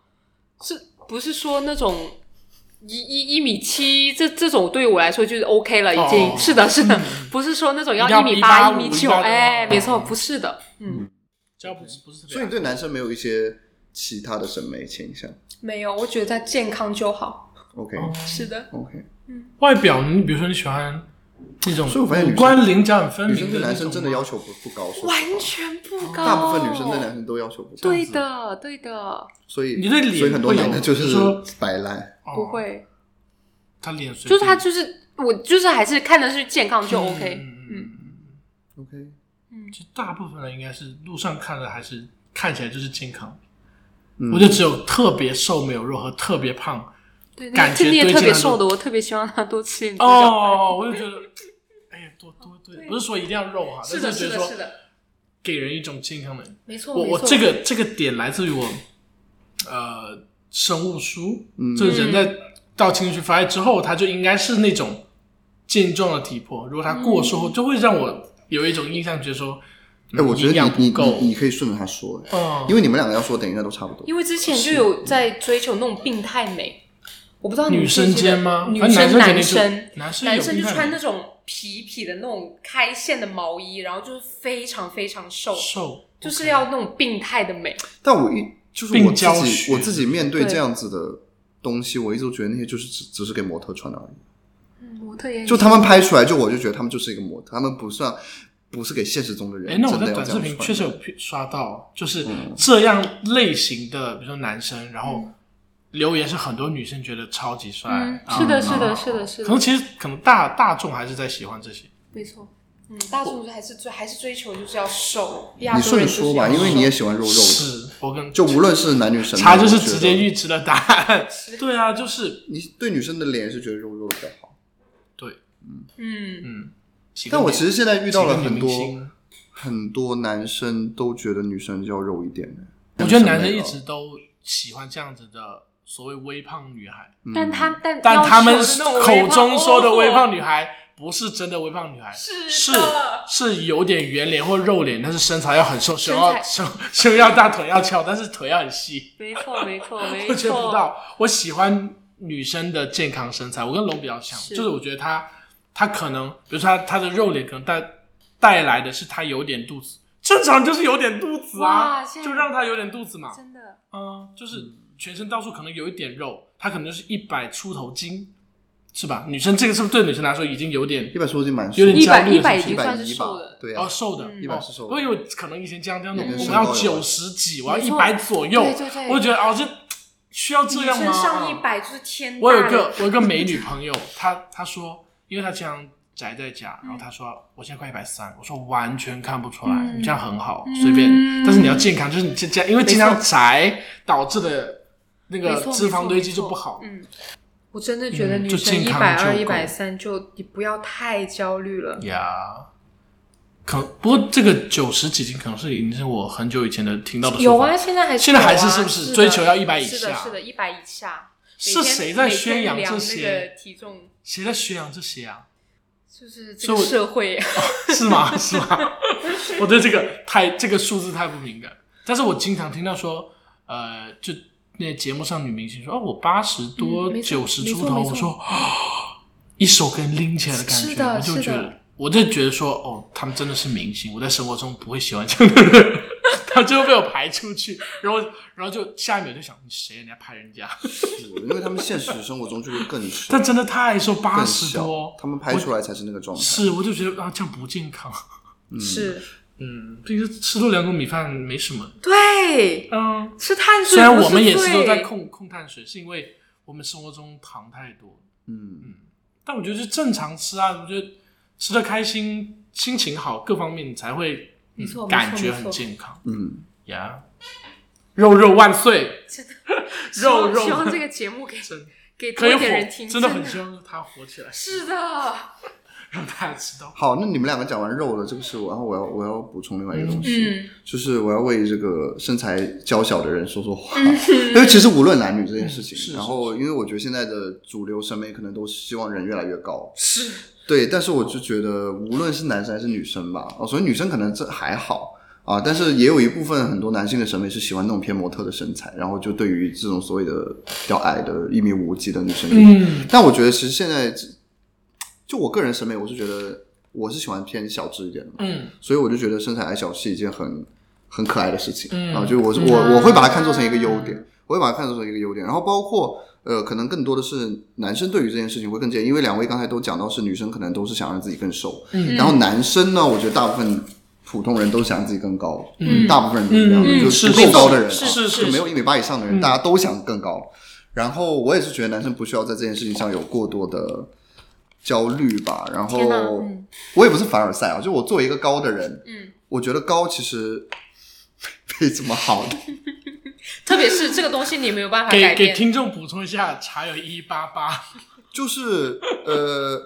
Speaker 2: 是不是说那种一一一米七这这种对我来说就是 OK 了，已经、
Speaker 1: 哦
Speaker 2: 是的，是的，
Speaker 3: 嗯
Speaker 2: 不是说那种
Speaker 1: 一定要
Speaker 2: 一米
Speaker 1: 185
Speaker 2: 一米九，
Speaker 1: 185
Speaker 2: 哎，
Speaker 1: 哦
Speaker 2: 没错，不是的，嗯，
Speaker 1: 这样不是不是特别
Speaker 3: 所以你对男生没有一些其他的审美倾向
Speaker 2: 没有，我觉得他健康就好，
Speaker 3: ？OK
Speaker 1: 哦
Speaker 2: 是的，
Speaker 3: OK，
Speaker 1: 外表，你比如说你喜欢那种
Speaker 3: 所以我发现女
Speaker 1: 五
Speaker 3: 生
Speaker 1: 官棱角很分
Speaker 3: 女
Speaker 1: 明
Speaker 3: 生对
Speaker 1: 的
Speaker 3: 男生真的要
Speaker 1: 求，
Speaker 3: 求不不高，说实话
Speaker 2: 完全不高，
Speaker 3: 大部分女生对男生都要求不高，
Speaker 2: 对的，对的，
Speaker 3: 所以
Speaker 1: 你对脸
Speaker 3: 所以很多
Speaker 1: 会有
Speaker 3: 男的就
Speaker 1: 比如
Speaker 3: 是
Speaker 1: 说
Speaker 3: 摆烂，
Speaker 1: 哦
Speaker 2: 不，会，
Speaker 1: 他脸随
Speaker 2: 就
Speaker 1: 便
Speaker 2: 是他就是我就是还是看的是健康就 OK，
Speaker 1: 嗯
Speaker 2: 嗯。
Speaker 3: OK，
Speaker 1: 就大部分人应该是路上看的还是看起来就是健康，
Speaker 3: 嗯
Speaker 1: 我就只有特别瘦没有肉和特别 胖
Speaker 2: 对，那
Speaker 1: 感
Speaker 2: 个
Speaker 1: 觉
Speaker 2: 你也
Speaker 1: 堆
Speaker 2: 特
Speaker 1: 进
Speaker 2: 别
Speaker 1: 来
Speaker 2: 瘦
Speaker 1: 都
Speaker 2: 的，我特别希望他多吃点猪脚。
Speaker 1: 哦，我就觉 得。哎呀，多多对，不是说一定要肉哈，但觉得说
Speaker 2: 的，哦
Speaker 1: 给人一种健康的。
Speaker 2: 没错
Speaker 1: 我我这个这个点来自于我，呃，生物书，
Speaker 3: 嗯
Speaker 1: 就是人在到情绪发育之后，他就应该是那种健壮的体魄。如果他过瘦后，
Speaker 2: 嗯
Speaker 1: 就会让我有一种印象，觉得说，嗯
Speaker 3: 哎，我觉得
Speaker 1: 营养
Speaker 3: 你
Speaker 1: 不
Speaker 3: 你
Speaker 1: 够
Speaker 3: 你，你可以顺着他说，哎
Speaker 1: 嗯，
Speaker 3: 因为你们两个要说，等一下都差不多。
Speaker 2: 因为之前就有在追求那种病态美，我不知道你
Speaker 1: 女
Speaker 2: 们记不
Speaker 1: 生
Speaker 2: 记得
Speaker 1: 间吗？
Speaker 2: 哦女
Speaker 1: 反正
Speaker 2: 生
Speaker 1: 男生
Speaker 2: 男生
Speaker 1: 肯定就男生
Speaker 2: 男
Speaker 1: 有
Speaker 2: 生
Speaker 1: 病
Speaker 2: 就
Speaker 1: 态
Speaker 2: 穿
Speaker 1: 的
Speaker 2: 那种皮皮的那种开线的毛衣，然后就是非常非常瘦，
Speaker 1: 瘦，
Speaker 2: 就是要那种病态的美。
Speaker 3: 但我一就是我
Speaker 1: 病
Speaker 3: 自
Speaker 1: 娇
Speaker 3: 己
Speaker 1: 学
Speaker 3: 我自己面对
Speaker 2: 对
Speaker 3: 这样子的东西，我一直都觉得那些就是只只是给模特穿的而已。
Speaker 2: 嗯模特也
Speaker 3: 就他们拍出来，就我就觉得他们就是一个模特，他们不算不是给现实中的人。
Speaker 1: 哎，那我在
Speaker 3: 真的要
Speaker 1: 短
Speaker 3: 这
Speaker 1: 视
Speaker 3: 样
Speaker 1: 频
Speaker 3: 穿
Speaker 1: 确实
Speaker 3: 的
Speaker 1: 有刷到，就是
Speaker 2: 嗯
Speaker 1: 这样类型的，比如说男生，然后留言是很多女生觉得超级帅，
Speaker 2: 嗯，
Speaker 1: 啊
Speaker 2: 是的，
Speaker 1: 啊
Speaker 2: 是的，是的，是
Speaker 1: 可能
Speaker 2: 的，
Speaker 1: 其实可能大大众还是在喜欢这些，
Speaker 2: 没错。嗯，大众还是追还是追求就是要瘦，亚
Speaker 3: 你
Speaker 2: 洲
Speaker 3: 顺
Speaker 2: 人
Speaker 3: 着
Speaker 2: 就是
Speaker 3: 说吧，
Speaker 2: 要
Speaker 3: 因为你也
Speaker 2: 瘦
Speaker 3: 喜欢肉肉的，
Speaker 1: 是我跟
Speaker 3: 就无论是男女审美，
Speaker 1: 他就
Speaker 3: 我
Speaker 1: 是
Speaker 3: 觉
Speaker 1: 直
Speaker 3: 得
Speaker 1: 接预知了答案， 对啊，就是
Speaker 3: 你对女生的脸是觉得肉肉的比较好。
Speaker 1: 对，
Speaker 2: 嗯，
Speaker 1: 嗯，喜欢
Speaker 3: 但我
Speaker 1: 你
Speaker 3: 其实现在遇到了
Speaker 1: 喜欢
Speaker 3: 很
Speaker 1: 女
Speaker 3: 多
Speaker 1: 明星
Speaker 3: 很多男生都觉得女生要肉一点
Speaker 1: 我
Speaker 3: 的。
Speaker 1: 觉得男
Speaker 3: 审
Speaker 1: 生
Speaker 3: 美
Speaker 1: 一
Speaker 3: 啊
Speaker 1: 直都喜欢这样子的所谓微胖女孩，
Speaker 3: 嗯
Speaker 2: 但他但
Speaker 1: 嗯但
Speaker 2: 要
Speaker 1: 他们
Speaker 2: 求的那种微
Speaker 1: 口中
Speaker 2: 胖
Speaker 1: 说的微
Speaker 2: 哦
Speaker 1: 胖女孩不是真的微胖女孩，
Speaker 2: 是
Speaker 1: 是
Speaker 2: 的
Speaker 1: 是有点圆脸或肉脸，但是身材要很瘦，胸要
Speaker 2: 身
Speaker 1: 胸胸要大，腿要翘，但是腿要很细。
Speaker 2: 没错，没错，没错。
Speaker 1: 我觉得不到，我喜欢女生的健康身材，我跟龙比较像，
Speaker 2: 是
Speaker 1: 就是我觉得她她可能，比如说她她的肉脸可能带带来的是她有点肚子，正常就是有点肚子啊
Speaker 2: 哇，现在
Speaker 1: 就让她有点肚子嘛，
Speaker 2: 真的，
Speaker 1: 嗯，就是全身到处可能有一点肉，她可能就是一百出头斤，是吧？女生这个是不是对女生来说已经有点
Speaker 3: 一百说已经蛮
Speaker 1: 有点
Speaker 2: 一
Speaker 1: 焦
Speaker 2: 百
Speaker 1: 虑
Speaker 2: 一
Speaker 1: 了
Speaker 2: 百已
Speaker 1: 是不
Speaker 2: 经
Speaker 1: 是
Speaker 2: 算
Speaker 3: 110
Speaker 2: 是瘦的，
Speaker 3: 对
Speaker 1: 哦
Speaker 3: 啊，
Speaker 1: 瘦的，
Speaker 2: 嗯
Speaker 3: 一百是瘦
Speaker 1: 我
Speaker 3: 的。
Speaker 1: 以为可能以前这样这样的，
Speaker 3: 也跟
Speaker 1: 我
Speaker 3: 身
Speaker 1: 们
Speaker 3: 高
Speaker 1: 要
Speaker 3: 有
Speaker 1: 九
Speaker 3: 关
Speaker 1: 十几，我要
Speaker 2: 没
Speaker 1: 一
Speaker 2: 错
Speaker 1: 百左右，
Speaker 2: 对对对
Speaker 1: 我就觉得哦，这需要这
Speaker 2: 女
Speaker 1: 样吗？
Speaker 2: 生上一百就是天大
Speaker 1: 我有一
Speaker 2: 的
Speaker 1: 个我有一个美女朋友，她她说，因为她经常宅在家，然后她说我现在快一百三，我说完全看不出来，
Speaker 2: 嗯
Speaker 1: 你这样很好，
Speaker 2: 嗯
Speaker 1: 随便，但是你要健康，就是你这这样，因为经常宅导致的那
Speaker 2: 没
Speaker 1: 个
Speaker 2: 错
Speaker 1: 脂肪堆积
Speaker 2: 没
Speaker 1: 就
Speaker 2: 错
Speaker 1: 不好。
Speaker 2: 嗯，我真的觉得
Speaker 1: 嗯
Speaker 2: 女
Speaker 1: 就
Speaker 2: 生
Speaker 1: 健
Speaker 2: 一
Speaker 1: 康
Speaker 2: 百二、一
Speaker 1: 就够
Speaker 2: 百三，就你不要太焦虑了。
Speaker 1: 呀。可不过这个九十几斤可能是已经是我很久以前的听到的
Speaker 2: 有
Speaker 1: 说法
Speaker 2: 啊，现在还是
Speaker 1: 现在还
Speaker 2: 有啊
Speaker 1: 是
Speaker 2: 是
Speaker 1: 是不是追求要100以
Speaker 2: 是的，
Speaker 1: 下
Speaker 2: 是的，一百以下。每
Speaker 1: 是
Speaker 2: 天
Speaker 1: 谁在
Speaker 2: 每天
Speaker 1: 宣扬
Speaker 2: 量
Speaker 1: 这
Speaker 2: 那
Speaker 1: 些？
Speaker 2: 个体重？
Speaker 1: 谁在宣扬这些啊？
Speaker 2: 就是这
Speaker 1: 所以
Speaker 2: 个
Speaker 1: 我
Speaker 2: 社会，
Speaker 1: 是吗？是 吗？我对这个太这个数字太不敏感，但是我经常听到说，呃，就那些节目上女明星说，哦，我八十多
Speaker 2: 嗯没错
Speaker 1: 九十、90
Speaker 2: 没错
Speaker 1: 出头，
Speaker 2: 没错
Speaker 1: 我说、啊一手跟拎起来的感觉，
Speaker 2: 是的
Speaker 1: 我就是觉
Speaker 2: 的
Speaker 1: 得，我就觉得说，哦，他们真的是明星，我在生活中不会喜欢这样的人。 他最后被我排出去，然后，然后就下一秒就想，你谁啊？你还拍人家？
Speaker 3: 因为他们现实生活中就会更小，
Speaker 1: 但真的太瘦，八
Speaker 3: 更
Speaker 1: 十
Speaker 3: 小
Speaker 1: 多，，
Speaker 3: 他们拍出来才是那个状态。
Speaker 1: 是，我就觉得啊，这样不健康。
Speaker 2: 是
Speaker 1: 嗯，平时吃多两口米饭没什么。
Speaker 2: 对
Speaker 1: 嗯，
Speaker 2: 吃碳水。
Speaker 1: 虽然我们也
Speaker 2: 不
Speaker 1: 是
Speaker 2: 是
Speaker 1: 都在
Speaker 2: 罪
Speaker 1: 控控碳水，是因为我们生活中糖太多。
Speaker 3: 嗯，
Speaker 1: 但我觉得就正常吃啊，我觉得吃的开心、心情好，各方面你才会、嗯
Speaker 2: 没错没错
Speaker 1: 感觉
Speaker 2: 没
Speaker 1: 很
Speaker 2: 错
Speaker 1: 健康
Speaker 3: 嗯，
Speaker 1: 呀。肉肉万岁！
Speaker 2: 真的，希
Speaker 1: 肉
Speaker 2: 望
Speaker 1: 肉
Speaker 2: 希望这个节目给
Speaker 1: 真
Speaker 2: 给 多
Speaker 1: 可以
Speaker 2: 一
Speaker 1: 火
Speaker 2: 点人听，，
Speaker 1: 真的很希望它火起来，
Speaker 2: 是的，
Speaker 1: 让大家知道。
Speaker 3: 好，那你们两个讲完肉了，这个是我，然后我要我要补充另外一个东西，
Speaker 2: 嗯，
Speaker 3: 就是我要为这个身材娇小的人说说话， 因为其实无论男女这件事
Speaker 1: 嗯是
Speaker 3: 情，
Speaker 1: 是
Speaker 3: 然后因为我觉得现在的主流审美可能都希望人越来越高，
Speaker 2: 是
Speaker 3: 对，但是我就觉得无论是男生还是女生吧，哦，所以女生可能这还好。啊，但是也有一部分很多男性的审美是喜欢那种偏模特的身材，然后就对于这种所谓的比较矮的一米五几的女生就
Speaker 1: 嗯，
Speaker 3: 但我觉得其实现在，就我个人审美，我是觉得我是喜欢偏小只一点的嘛，
Speaker 1: 嗯，
Speaker 3: 所以我就觉得身材矮小是一件很很可爱的事情。
Speaker 1: 嗯
Speaker 3: 然后就我是我我会把它看作成一个优点，我会把它看作成一个优点。然后包括呃，可能更多的是男生对于这件事情会更介意，因为两位刚才都讲到是女生可能都是想让自己更瘦，
Speaker 1: 嗯
Speaker 3: 然后男生呢，我觉得大部分。普通人都想自己更高，
Speaker 1: 嗯
Speaker 3: 大部分人都是这样的，
Speaker 1: 嗯
Speaker 3: 就是
Speaker 1: 是
Speaker 3: 不够高的人，
Speaker 1: 是
Speaker 3: 啊
Speaker 1: 是是
Speaker 3: 就没有一米八以上的人，
Speaker 1: 嗯
Speaker 3: 大家都想更高。然后我也是觉得男生不需要在这件事情上有过多的焦虑吧。然后
Speaker 2: 天哪嗯
Speaker 3: 我也不是凡尔赛啊，就我作为一个高的人，
Speaker 2: 嗯，
Speaker 3: 我觉得高其实没怎么好的。
Speaker 2: 特别是这个东西你没有办法
Speaker 1: 给
Speaker 2: 改
Speaker 1: 给
Speaker 2: 变，
Speaker 1: 听众补充一下，茶有一八八，
Speaker 3: 就是呃，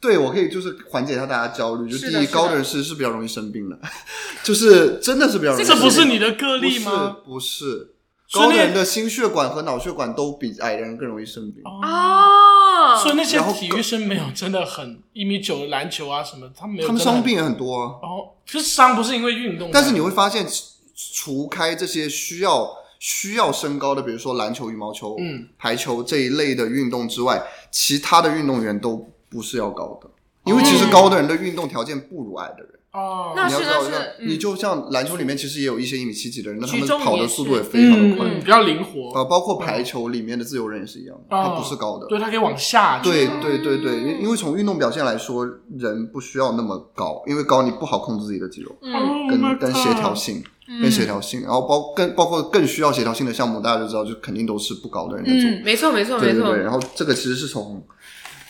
Speaker 3: 对我可以就是缓解一下大家焦虑。就是第
Speaker 2: 的
Speaker 3: 一，
Speaker 2: 是的
Speaker 3: 高的人是是比较容易生病的， 就是真的是比较容易
Speaker 1: 这
Speaker 3: 生病。
Speaker 1: 不是你的个
Speaker 3: 不
Speaker 1: 例
Speaker 3: 是
Speaker 1: 吗？
Speaker 3: 不是，
Speaker 1: 所以那
Speaker 3: 高
Speaker 1: 哦
Speaker 3: 的人的心血管和脑血管都比矮的人更容易生病。
Speaker 2: 啊，
Speaker 1: 所以那些
Speaker 3: 然后
Speaker 1: 体育生没有真的很一米九的篮球啊什么，他们没有
Speaker 3: 他们
Speaker 1: 真的很嗯
Speaker 3: 伤，病也很多啊。
Speaker 1: 哦，就是伤不是因为运动，
Speaker 3: 但是你会发现，除除开这些需要需要身高的，比如说篮球、羽毛球、
Speaker 1: 嗯
Speaker 3: 排球这一类的运动之外，其他的运动员都不是要高的，因为其实高的人的运动条件不如矮的人。
Speaker 1: 哦，
Speaker 2: 那
Speaker 3: 你要
Speaker 2: 是
Speaker 3: 知道，
Speaker 2: 那是嗯
Speaker 3: 你就像篮球里面其实也有一些一米七几的人，那他
Speaker 2: 举
Speaker 3: 们
Speaker 2: 重
Speaker 3: 跑
Speaker 2: 也
Speaker 3: 的
Speaker 2: 是
Speaker 3: 速度也非常
Speaker 1: 嗯
Speaker 3: 的快。
Speaker 1: 嗯比较灵活，
Speaker 3: 啊，包括排球里面的自由人也是一样的，他
Speaker 1: 哦
Speaker 3: 不是高的，
Speaker 1: 对，它可以往下，
Speaker 3: 对
Speaker 2: 嗯
Speaker 3: 对对对，因因为从运动表现来说，人不需要那么高，因为高你不好控制自己的肌肉，
Speaker 2: 嗯
Speaker 1: 哦，
Speaker 3: 跟
Speaker 1: my
Speaker 3: 跟
Speaker 1: God
Speaker 3: 协调，性，
Speaker 2: 嗯
Speaker 3: 跟协调性，然后包更包括更需要协调性的项目，大家就知道，就肯定都是不高的人在做。
Speaker 2: 嗯，没错没错
Speaker 3: 对
Speaker 2: 没
Speaker 3: 对
Speaker 2: 错
Speaker 3: 对，，然后这个其实是从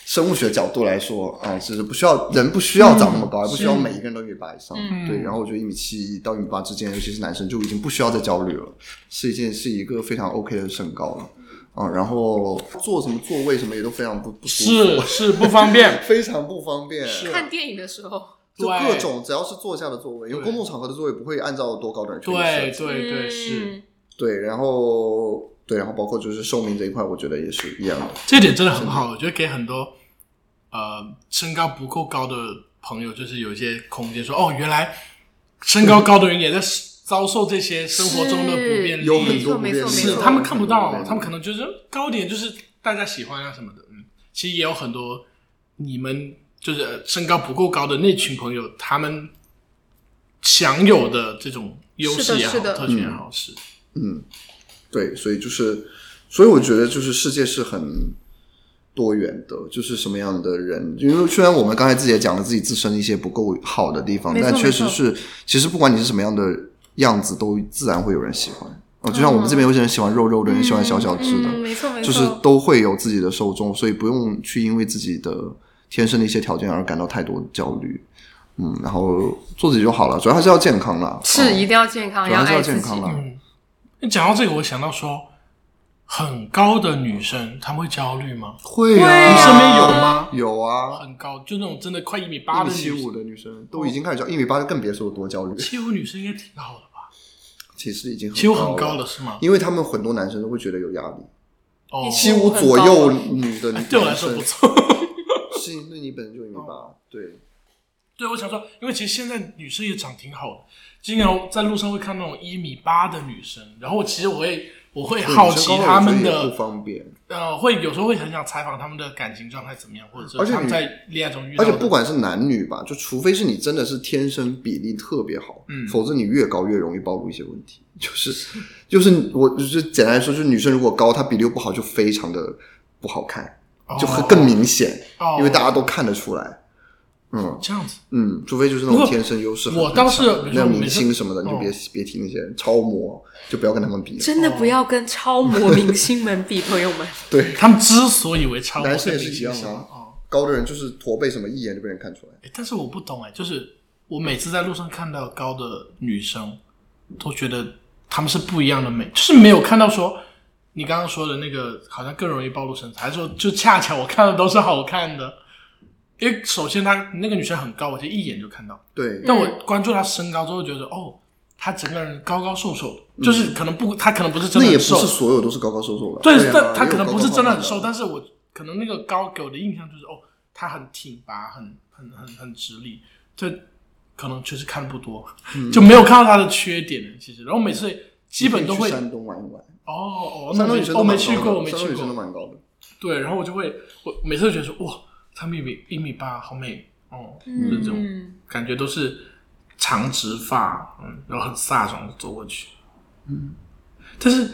Speaker 3: 生物学角度来说，啊、就是不需要人不需要长那么高，也不需要每一个人都一米八以上。
Speaker 2: 嗯
Speaker 3: 对，然后我觉得一米七到一米八之间，尤其是男生就已经不需要再焦虑了，是一件是一个非常 OK 的身高了。啊、然后坐什么座位什么也都非常不不舒服。
Speaker 1: 是是不方便，
Speaker 3: 非常不方便，
Speaker 1: 是
Speaker 2: 看电影的时候，
Speaker 3: 就
Speaker 1: 对
Speaker 3: 各种只要是坐下的座位，因为
Speaker 1: 对
Speaker 3: 公众场合的座位不会按照多高的人去
Speaker 1: 对
Speaker 3: 设计
Speaker 1: 对对
Speaker 2: 嗯
Speaker 1: 是，，
Speaker 3: 对，然后对，然后包括就是寿命这一块，我觉得也是一样的。
Speaker 1: 这点真的很好，我觉得给很多呃身高不够高的朋友，就是有一些空间说，哦，原来身高高的人也在遭受这些生活中的不便利，
Speaker 3: 有很多不
Speaker 2: 没
Speaker 3: 便
Speaker 2: 错
Speaker 3: 利
Speaker 2: 没错没
Speaker 1: 是
Speaker 2: 错，
Speaker 1: 他们看不到，
Speaker 3: 嗯
Speaker 1: 他们可能就是高点就是大家喜欢啊什么的。嗯，其实也有很多你们就是呃身高不够高的那群朋友，他们享有的这种优势也好，
Speaker 2: 是的是的
Speaker 1: 特权也好，是
Speaker 3: 嗯，对，所以就是，所以我觉得就是世界是很多元的，就是什么样的人，因为虽然我们刚才自己也讲了自己自身一些不够好的地方，
Speaker 2: 没错
Speaker 3: 但确实
Speaker 2: 没错
Speaker 3: 是，其实不管你是什么样的样子，都自然会有人喜欢。哦，就像我们这边有些人喜欢肉肉的，有人喜欢小小只的，
Speaker 2: 嗯没错没错，
Speaker 3: 就是都会有自己的受众，所以不用去因为自己的天生的一些条件而感到太多焦虑。嗯，然后做自己就好了，主要还是要健康啦。
Speaker 2: 是一
Speaker 3: 嗯
Speaker 2: 定要健康，
Speaker 3: 主要是
Speaker 2: 爱
Speaker 3: 要
Speaker 2: 自
Speaker 3: 健
Speaker 2: 己，
Speaker 3: 康啦。
Speaker 1: 嗯。你讲到这个，我想到说，很高的女生，她们会焦虑吗？
Speaker 3: 会
Speaker 2: 会
Speaker 3: 啊，
Speaker 2: 啊
Speaker 1: 你身边有吗？
Speaker 3: 有啊，
Speaker 1: 很高，就那种真的快一米八
Speaker 3: 一
Speaker 1: 的
Speaker 3: 米
Speaker 1: 女
Speaker 3: 七
Speaker 1: 生，
Speaker 3: 五的女生都已经开始焦，一米八就更别说有多焦虑。
Speaker 1: 七五女生应该挺好的吧？
Speaker 3: 其实已经
Speaker 1: 七五很
Speaker 3: 高
Speaker 1: 高
Speaker 3: 了，
Speaker 1: 的是吗？
Speaker 3: 因为他们很多男生都会觉得有压力。
Speaker 1: 哦，
Speaker 3: 七
Speaker 2: 七
Speaker 3: 五
Speaker 2: 五
Speaker 3: 左
Speaker 2: 左
Speaker 3: 右
Speaker 2: 右
Speaker 3: 女的男生，
Speaker 1: 对我来说不错。
Speaker 3: 是因为你本身就一米八，对，
Speaker 1: 对，我想说，因为其实现在女生也长挺好的，经常在路上会看那种一米八的女生，然后其实我会我会好奇她们
Speaker 3: 女生高了我觉得也不
Speaker 1: 的，
Speaker 3: 方便，
Speaker 1: 呃，会有时候会很想采访她们的感情状态怎么样，或者是
Speaker 3: 而且
Speaker 1: 她们
Speaker 3: 女
Speaker 1: 在恋爱中遇到
Speaker 3: 而
Speaker 1: 的，
Speaker 3: 且不管是男女吧，就除非是你真的是天生比例特别好，
Speaker 1: 嗯
Speaker 3: 否则你越高越容易暴露一些问题。就是就是我就是简单来说，就是女生如果高，她比例又不好，就非常的不好看，就很更明显，
Speaker 1: 哦，
Speaker 3: 因为大家都看得出来。嗯
Speaker 1: 这样子，
Speaker 3: 嗯，除非就是那
Speaker 1: 不
Speaker 3: 种
Speaker 1: 过
Speaker 3: 天生优势很
Speaker 1: 我
Speaker 3: 很
Speaker 1: 倒是
Speaker 3: 强的
Speaker 1: 比如
Speaker 3: 那
Speaker 1: 说
Speaker 3: 明
Speaker 1: 每次哦
Speaker 3: 星什么的，你就别、别提那些人超模，就不要跟他们比了。
Speaker 2: 真的
Speaker 1: 哦
Speaker 2: 不要跟超模明星们比，朋友们。
Speaker 3: 对，
Speaker 1: 他们之所以为超模
Speaker 3: 男生也是
Speaker 1: 跟
Speaker 3: 一样
Speaker 1: 明星
Speaker 3: 啊
Speaker 1: 哦
Speaker 3: 高的人就是驼背什么，一眼就被人看出来。
Speaker 1: 诶但是我不懂哎、就是我每次在路上看到高的女生，都觉得她们是不一样的美，就是没有看到说你刚刚说的那个好像更容易暴露身材，还是说就恰巧我看的都是好看的。因为首先她那个女生很高，我就一眼就看到，
Speaker 3: 对，
Speaker 1: 但我关注她身高之后，觉得哦，她整个人高高瘦瘦的，就是可能不，她可能不是真
Speaker 3: 嗯那
Speaker 1: 的
Speaker 3: 也
Speaker 1: 很
Speaker 3: 不
Speaker 1: 瘦，
Speaker 3: 是所有都是高高瘦瘦的。
Speaker 1: 对，
Speaker 3: 啊
Speaker 1: 但他
Speaker 3: 也有
Speaker 1: 可能
Speaker 3: 高
Speaker 1: 不
Speaker 3: 高
Speaker 1: 是真的
Speaker 3: 胖
Speaker 1: 很
Speaker 3: 胖
Speaker 1: 瘦，但是我可能那个高给我的印象就是哦，他很挺拔，很很很很直立，这可能确实看不多，
Speaker 3: 嗯
Speaker 1: 就没有看到他的缺点。其实，然后每次基本都
Speaker 3: 你可
Speaker 1: 会
Speaker 3: 以去
Speaker 1: 哦
Speaker 3: 山东玩一玩，
Speaker 1: 哦，那我
Speaker 3: 山东
Speaker 1: 没
Speaker 3: 女生
Speaker 1: 我
Speaker 3: 都
Speaker 1: 没
Speaker 3: 蛮
Speaker 1: 去
Speaker 3: 高
Speaker 1: 过，
Speaker 3: 的，
Speaker 1: 我没
Speaker 3: 山
Speaker 1: 去
Speaker 3: 东女生都
Speaker 1: 过。
Speaker 3: 蛮高的。
Speaker 1: 对，然后我就会我每次都觉得说哇，他们一米一米八，好美哦，就是这种
Speaker 2: 嗯，
Speaker 1: 感觉都是长直发，嗯，然后很飒爽的走过去，嗯。但是，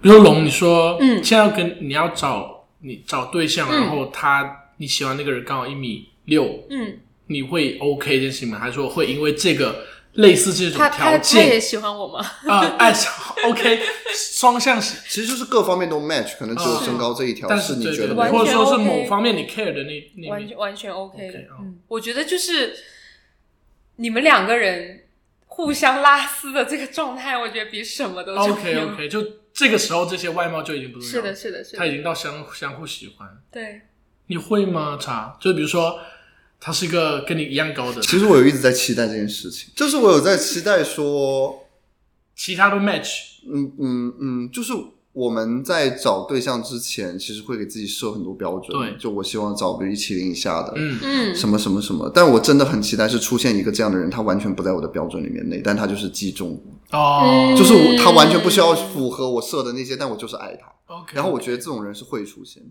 Speaker 1: 比如说龙，你说，
Speaker 2: 嗯
Speaker 1: 现在要跟你要找你找对象，
Speaker 2: 嗯
Speaker 1: 然后他你喜欢那个人刚好一米六，
Speaker 2: 嗯，
Speaker 1: 你会 OK 这件事情吗？还是说会因为这个类似这种
Speaker 2: 他
Speaker 1: 条
Speaker 2: 他他也
Speaker 1: 件
Speaker 2: 喜欢我吗？
Speaker 1: 啊、呃爱上 OK 双向喜
Speaker 3: 其实就是各方面都 match，可能只有身高这一 条
Speaker 1: 但
Speaker 3: 是
Speaker 1: 是
Speaker 3: 你
Speaker 1: 啊对
Speaker 3: 觉
Speaker 1: 对
Speaker 3: 得
Speaker 1: 对，
Speaker 3: 没有
Speaker 2: 完
Speaker 1: 或者
Speaker 2: 全
Speaker 1: 说是
Speaker 2: OK
Speaker 1: 某方面你 care 的那那
Speaker 2: 完全完全 OK，,
Speaker 1: OK，哦
Speaker 2: 嗯，我觉得就是你们两个人互相拉丝的这个状态，我觉得比什么都重要。
Speaker 1: OK OK，就这个时候这些外貌就已经不重要
Speaker 2: 是的，
Speaker 1: 了，
Speaker 2: 是的，是
Speaker 1: 他
Speaker 2: 的，
Speaker 1: 已经到相相互喜欢。
Speaker 2: 对，
Speaker 1: 你会吗？茶，就比如说，他是一个跟你一样高的，
Speaker 3: 其实我有一直在期待这件事情，就是我有在期待说，
Speaker 1: 其他都 match。
Speaker 3: 嗯嗯嗯，就是我们在找对象之前，其实会给自己设很多标准。
Speaker 1: 对
Speaker 3: 就我希望找比如一七零以下的，
Speaker 1: 嗯，
Speaker 2: 嗯，
Speaker 3: 什么什么什么。但我真的很期待是出现一个这样的人，他完全不在我的标准里面内，但他就是击中我，
Speaker 1: 哦，
Speaker 3: 就是我他完全不需要符合我设的那些，但我就是爱他。
Speaker 1: OK。
Speaker 3: 然后我觉得这种人是会出现的，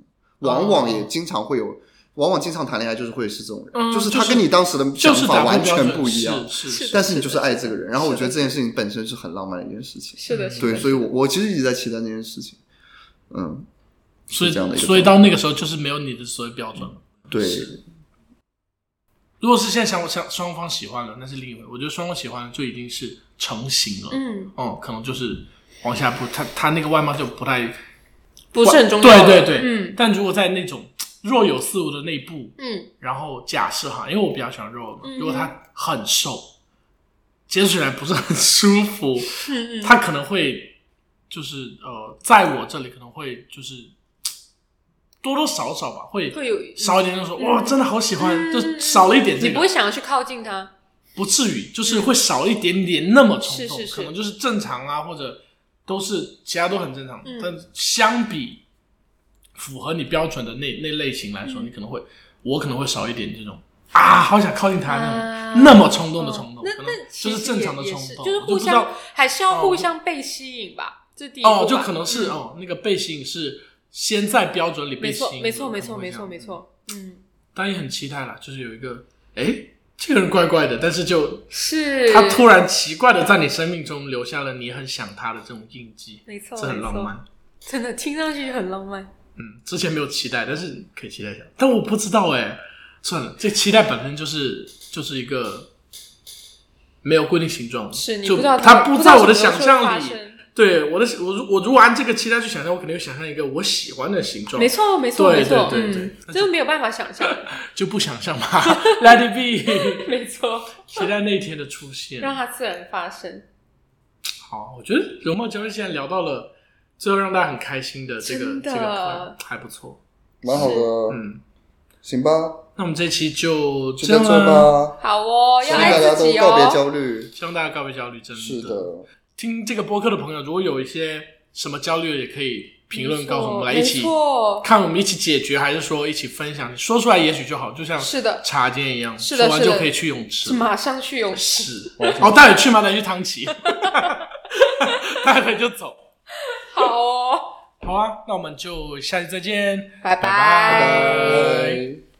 Speaker 3: 往往也经常会有，往往经常谈恋爱就是会是这种人，
Speaker 1: 嗯
Speaker 3: 就是
Speaker 1: 就
Speaker 3: 他
Speaker 1: 是
Speaker 3: 跟你当时的
Speaker 1: 就
Speaker 3: 想
Speaker 1: 是
Speaker 3: 法
Speaker 1: 打
Speaker 3: 完
Speaker 1: 破标
Speaker 3: 全
Speaker 1: 准
Speaker 3: 不一样，
Speaker 1: 是是
Speaker 3: 但是你就是爱这个
Speaker 1: 人。
Speaker 3: 人。然后我觉得
Speaker 2: 是的
Speaker 3: 这件事情本身是很浪漫的一件事情，
Speaker 2: 是的，是的，
Speaker 3: 对，所以我我其实一直在期待那件事情，嗯，
Speaker 1: 所
Speaker 3: 是这样的
Speaker 1: 以
Speaker 3: 一个
Speaker 1: 所以到那个时候就是没有你的所谓标准了。
Speaker 3: 对
Speaker 1: 是如果是现在相相双方喜欢了，那是另一回。我觉得双方喜欢就已经是成型了。
Speaker 2: 嗯，
Speaker 1: 哦，可能就是往下步，他他那个外貌就不太
Speaker 2: 不是很重要。
Speaker 1: 对对对，
Speaker 2: 嗯
Speaker 1: 但如果在那种若有似无的那一步，
Speaker 2: 嗯，
Speaker 1: 然后假设哈，因为我比较喜欢肉嘛，
Speaker 2: 嗯
Speaker 1: 如果他很瘦，接触起来不是很舒服，
Speaker 2: 嗯
Speaker 1: 他可能会就是呃，在我这里可能会就是嘖多多少少吧，会
Speaker 2: 嗯会有
Speaker 1: 少一点，就说哇，真的好喜欢，
Speaker 2: 嗯
Speaker 1: 就少了一点这
Speaker 2: 你
Speaker 1: 个，
Speaker 2: 不会想要去靠近他，
Speaker 1: 不至于，就是会少一点点那么冲
Speaker 2: 是
Speaker 1: 动，
Speaker 2: 嗯是是
Speaker 1: 可能就是正常啊，或者都是其他都很正常，
Speaker 2: 嗯
Speaker 1: 但相比符合你标准的那那类型来
Speaker 2: 嗯
Speaker 1: 说，你可能会，我可能会少一点这种啊，好想靠近他那
Speaker 2: 啊哦
Speaker 1: 种那么冲动的冲动，
Speaker 2: 那
Speaker 1: 可能
Speaker 2: 那
Speaker 1: 就
Speaker 2: 其
Speaker 1: 是
Speaker 2: 实
Speaker 1: 正常的
Speaker 2: 也也
Speaker 1: 冲
Speaker 2: 是
Speaker 1: 动，
Speaker 2: 就是
Speaker 1: 我不
Speaker 2: 互
Speaker 1: 知道
Speaker 2: 相还是要
Speaker 1: 哦
Speaker 2: 互相被吸引吧，这第一
Speaker 1: 哦，
Speaker 2: 步
Speaker 1: 就
Speaker 2: 吧
Speaker 1: 可能是
Speaker 2: 嗯
Speaker 1: 哦，那个被吸引是先在标准里被
Speaker 2: 没
Speaker 1: 吸
Speaker 2: 错
Speaker 1: 引，
Speaker 2: 没错没
Speaker 1: 可能
Speaker 2: 错
Speaker 1: 会
Speaker 2: 没
Speaker 1: 这
Speaker 2: 错
Speaker 1: 样
Speaker 2: 没，错，嗯，
Speaker 1: 当然也很期待了，就是有一个哎。诶这个人怪怪的，但是就是他突然奇怪的在你生命中留下了你很想他的这种印记，
Speaker 2: 没错，
Speaker 1: 这很
Speaker 2: 没
Speaker 1: 浪
Speaker 2: 错，
Speaker 1: 漫。
Speaker 2: 真的听上去就很浪漫。
Speaker 1: 嗯，之前没有期待，但是可以期待一下。但我不知道哎、算了，这期待本身就是就是一个没有固定形状的，
Speaker 2: 是你
Speaker 1: 就
Speaker 2: 不知道
Speaker 1: 它
Speaker 2: 不知
Speaker 1: 在
Speaker 2: 道
Speaker 1: 我的
Speaker 2: 什
Speaker 1: 想
Speaker 2: 么时候
Speaker 1: 象
Speaker 2: 发
Speaker 1: 里。
Speaker 2: 生
Speaker 1: 对我的我如我如果按这个期待去想象，我肯定会想象一个我喜欢的形状，
Speaker 2: 没错没错
Speaker 1: 对
Speaker 2: 没错，
Speaker 1: 对对对
Speaker 2: 嗯，真的没有办法想象，
Speaker 1: 就不想象嘛 ，Let it be，
Speaker 2: 没错，
Speaker 1: 期待那一天的出现。
Speaker 2: 让它自然发生。
Speaker 1: 好，我觉得容貌焦虑现在聊到了最后让大家很开心的这个
Speaker 2: 真的
Speaker 1: 这个 plan 还不错。
Speaker 3: 蛮好的，
Speaker 1: 嗯，
Speaker 3: 行吧，
Speaker 1: 那我们这期就
Speaker 3: 就
Speaker 1: 这
Speaker 3: 在
Speaker 1: 样
Speaker 3: 这
Speaker 1: 啦。
Speaker 3: 吧。
Speaker 2: 好哦，
Speaker 3: 希
Speaker 2: 要
Speaker 3: 望大
Speaker 2: 爱
Speaker 3: 家
Speaker 2: 自
Speaker 3: 都
Speaker 2: 己
Speaker 3: 告别
Speaker 2: 哦。
Speaker 3: 焦虑。
Speaker 1: 希望大家告别焦虑，真
Speaker 3: 是的，
Speaker 1: 听这个播客的朋友，如果有一些什么焦虑，也可以评论告诉我们，来一
Speaker 2: 没
Speaker 1: 起
Speaker 2: 错，
Speaker 1: 看我们一起解决，还是说一起分享？说出来也许就好，就像
Speaker 2: 是的，
Speaker 1: 茶间一样，
Speaker 2: 是的
Speaker 1: 说完
Speaker 2: 是的
Speaker 1: 就可以去泳池
Speaker 2: 是。马上去泳池。
Speaker 1: 是
Speaker 3: 我
Speaker 1: 哦，带你去吗？带你去汤 奇，带了就走。
Speaker 2: 好哦，
Speaker 1: 好啊，那我们就下期再见，
Speaker 2: 拜
Speaker 1: 拜
Speaker 3: 拜。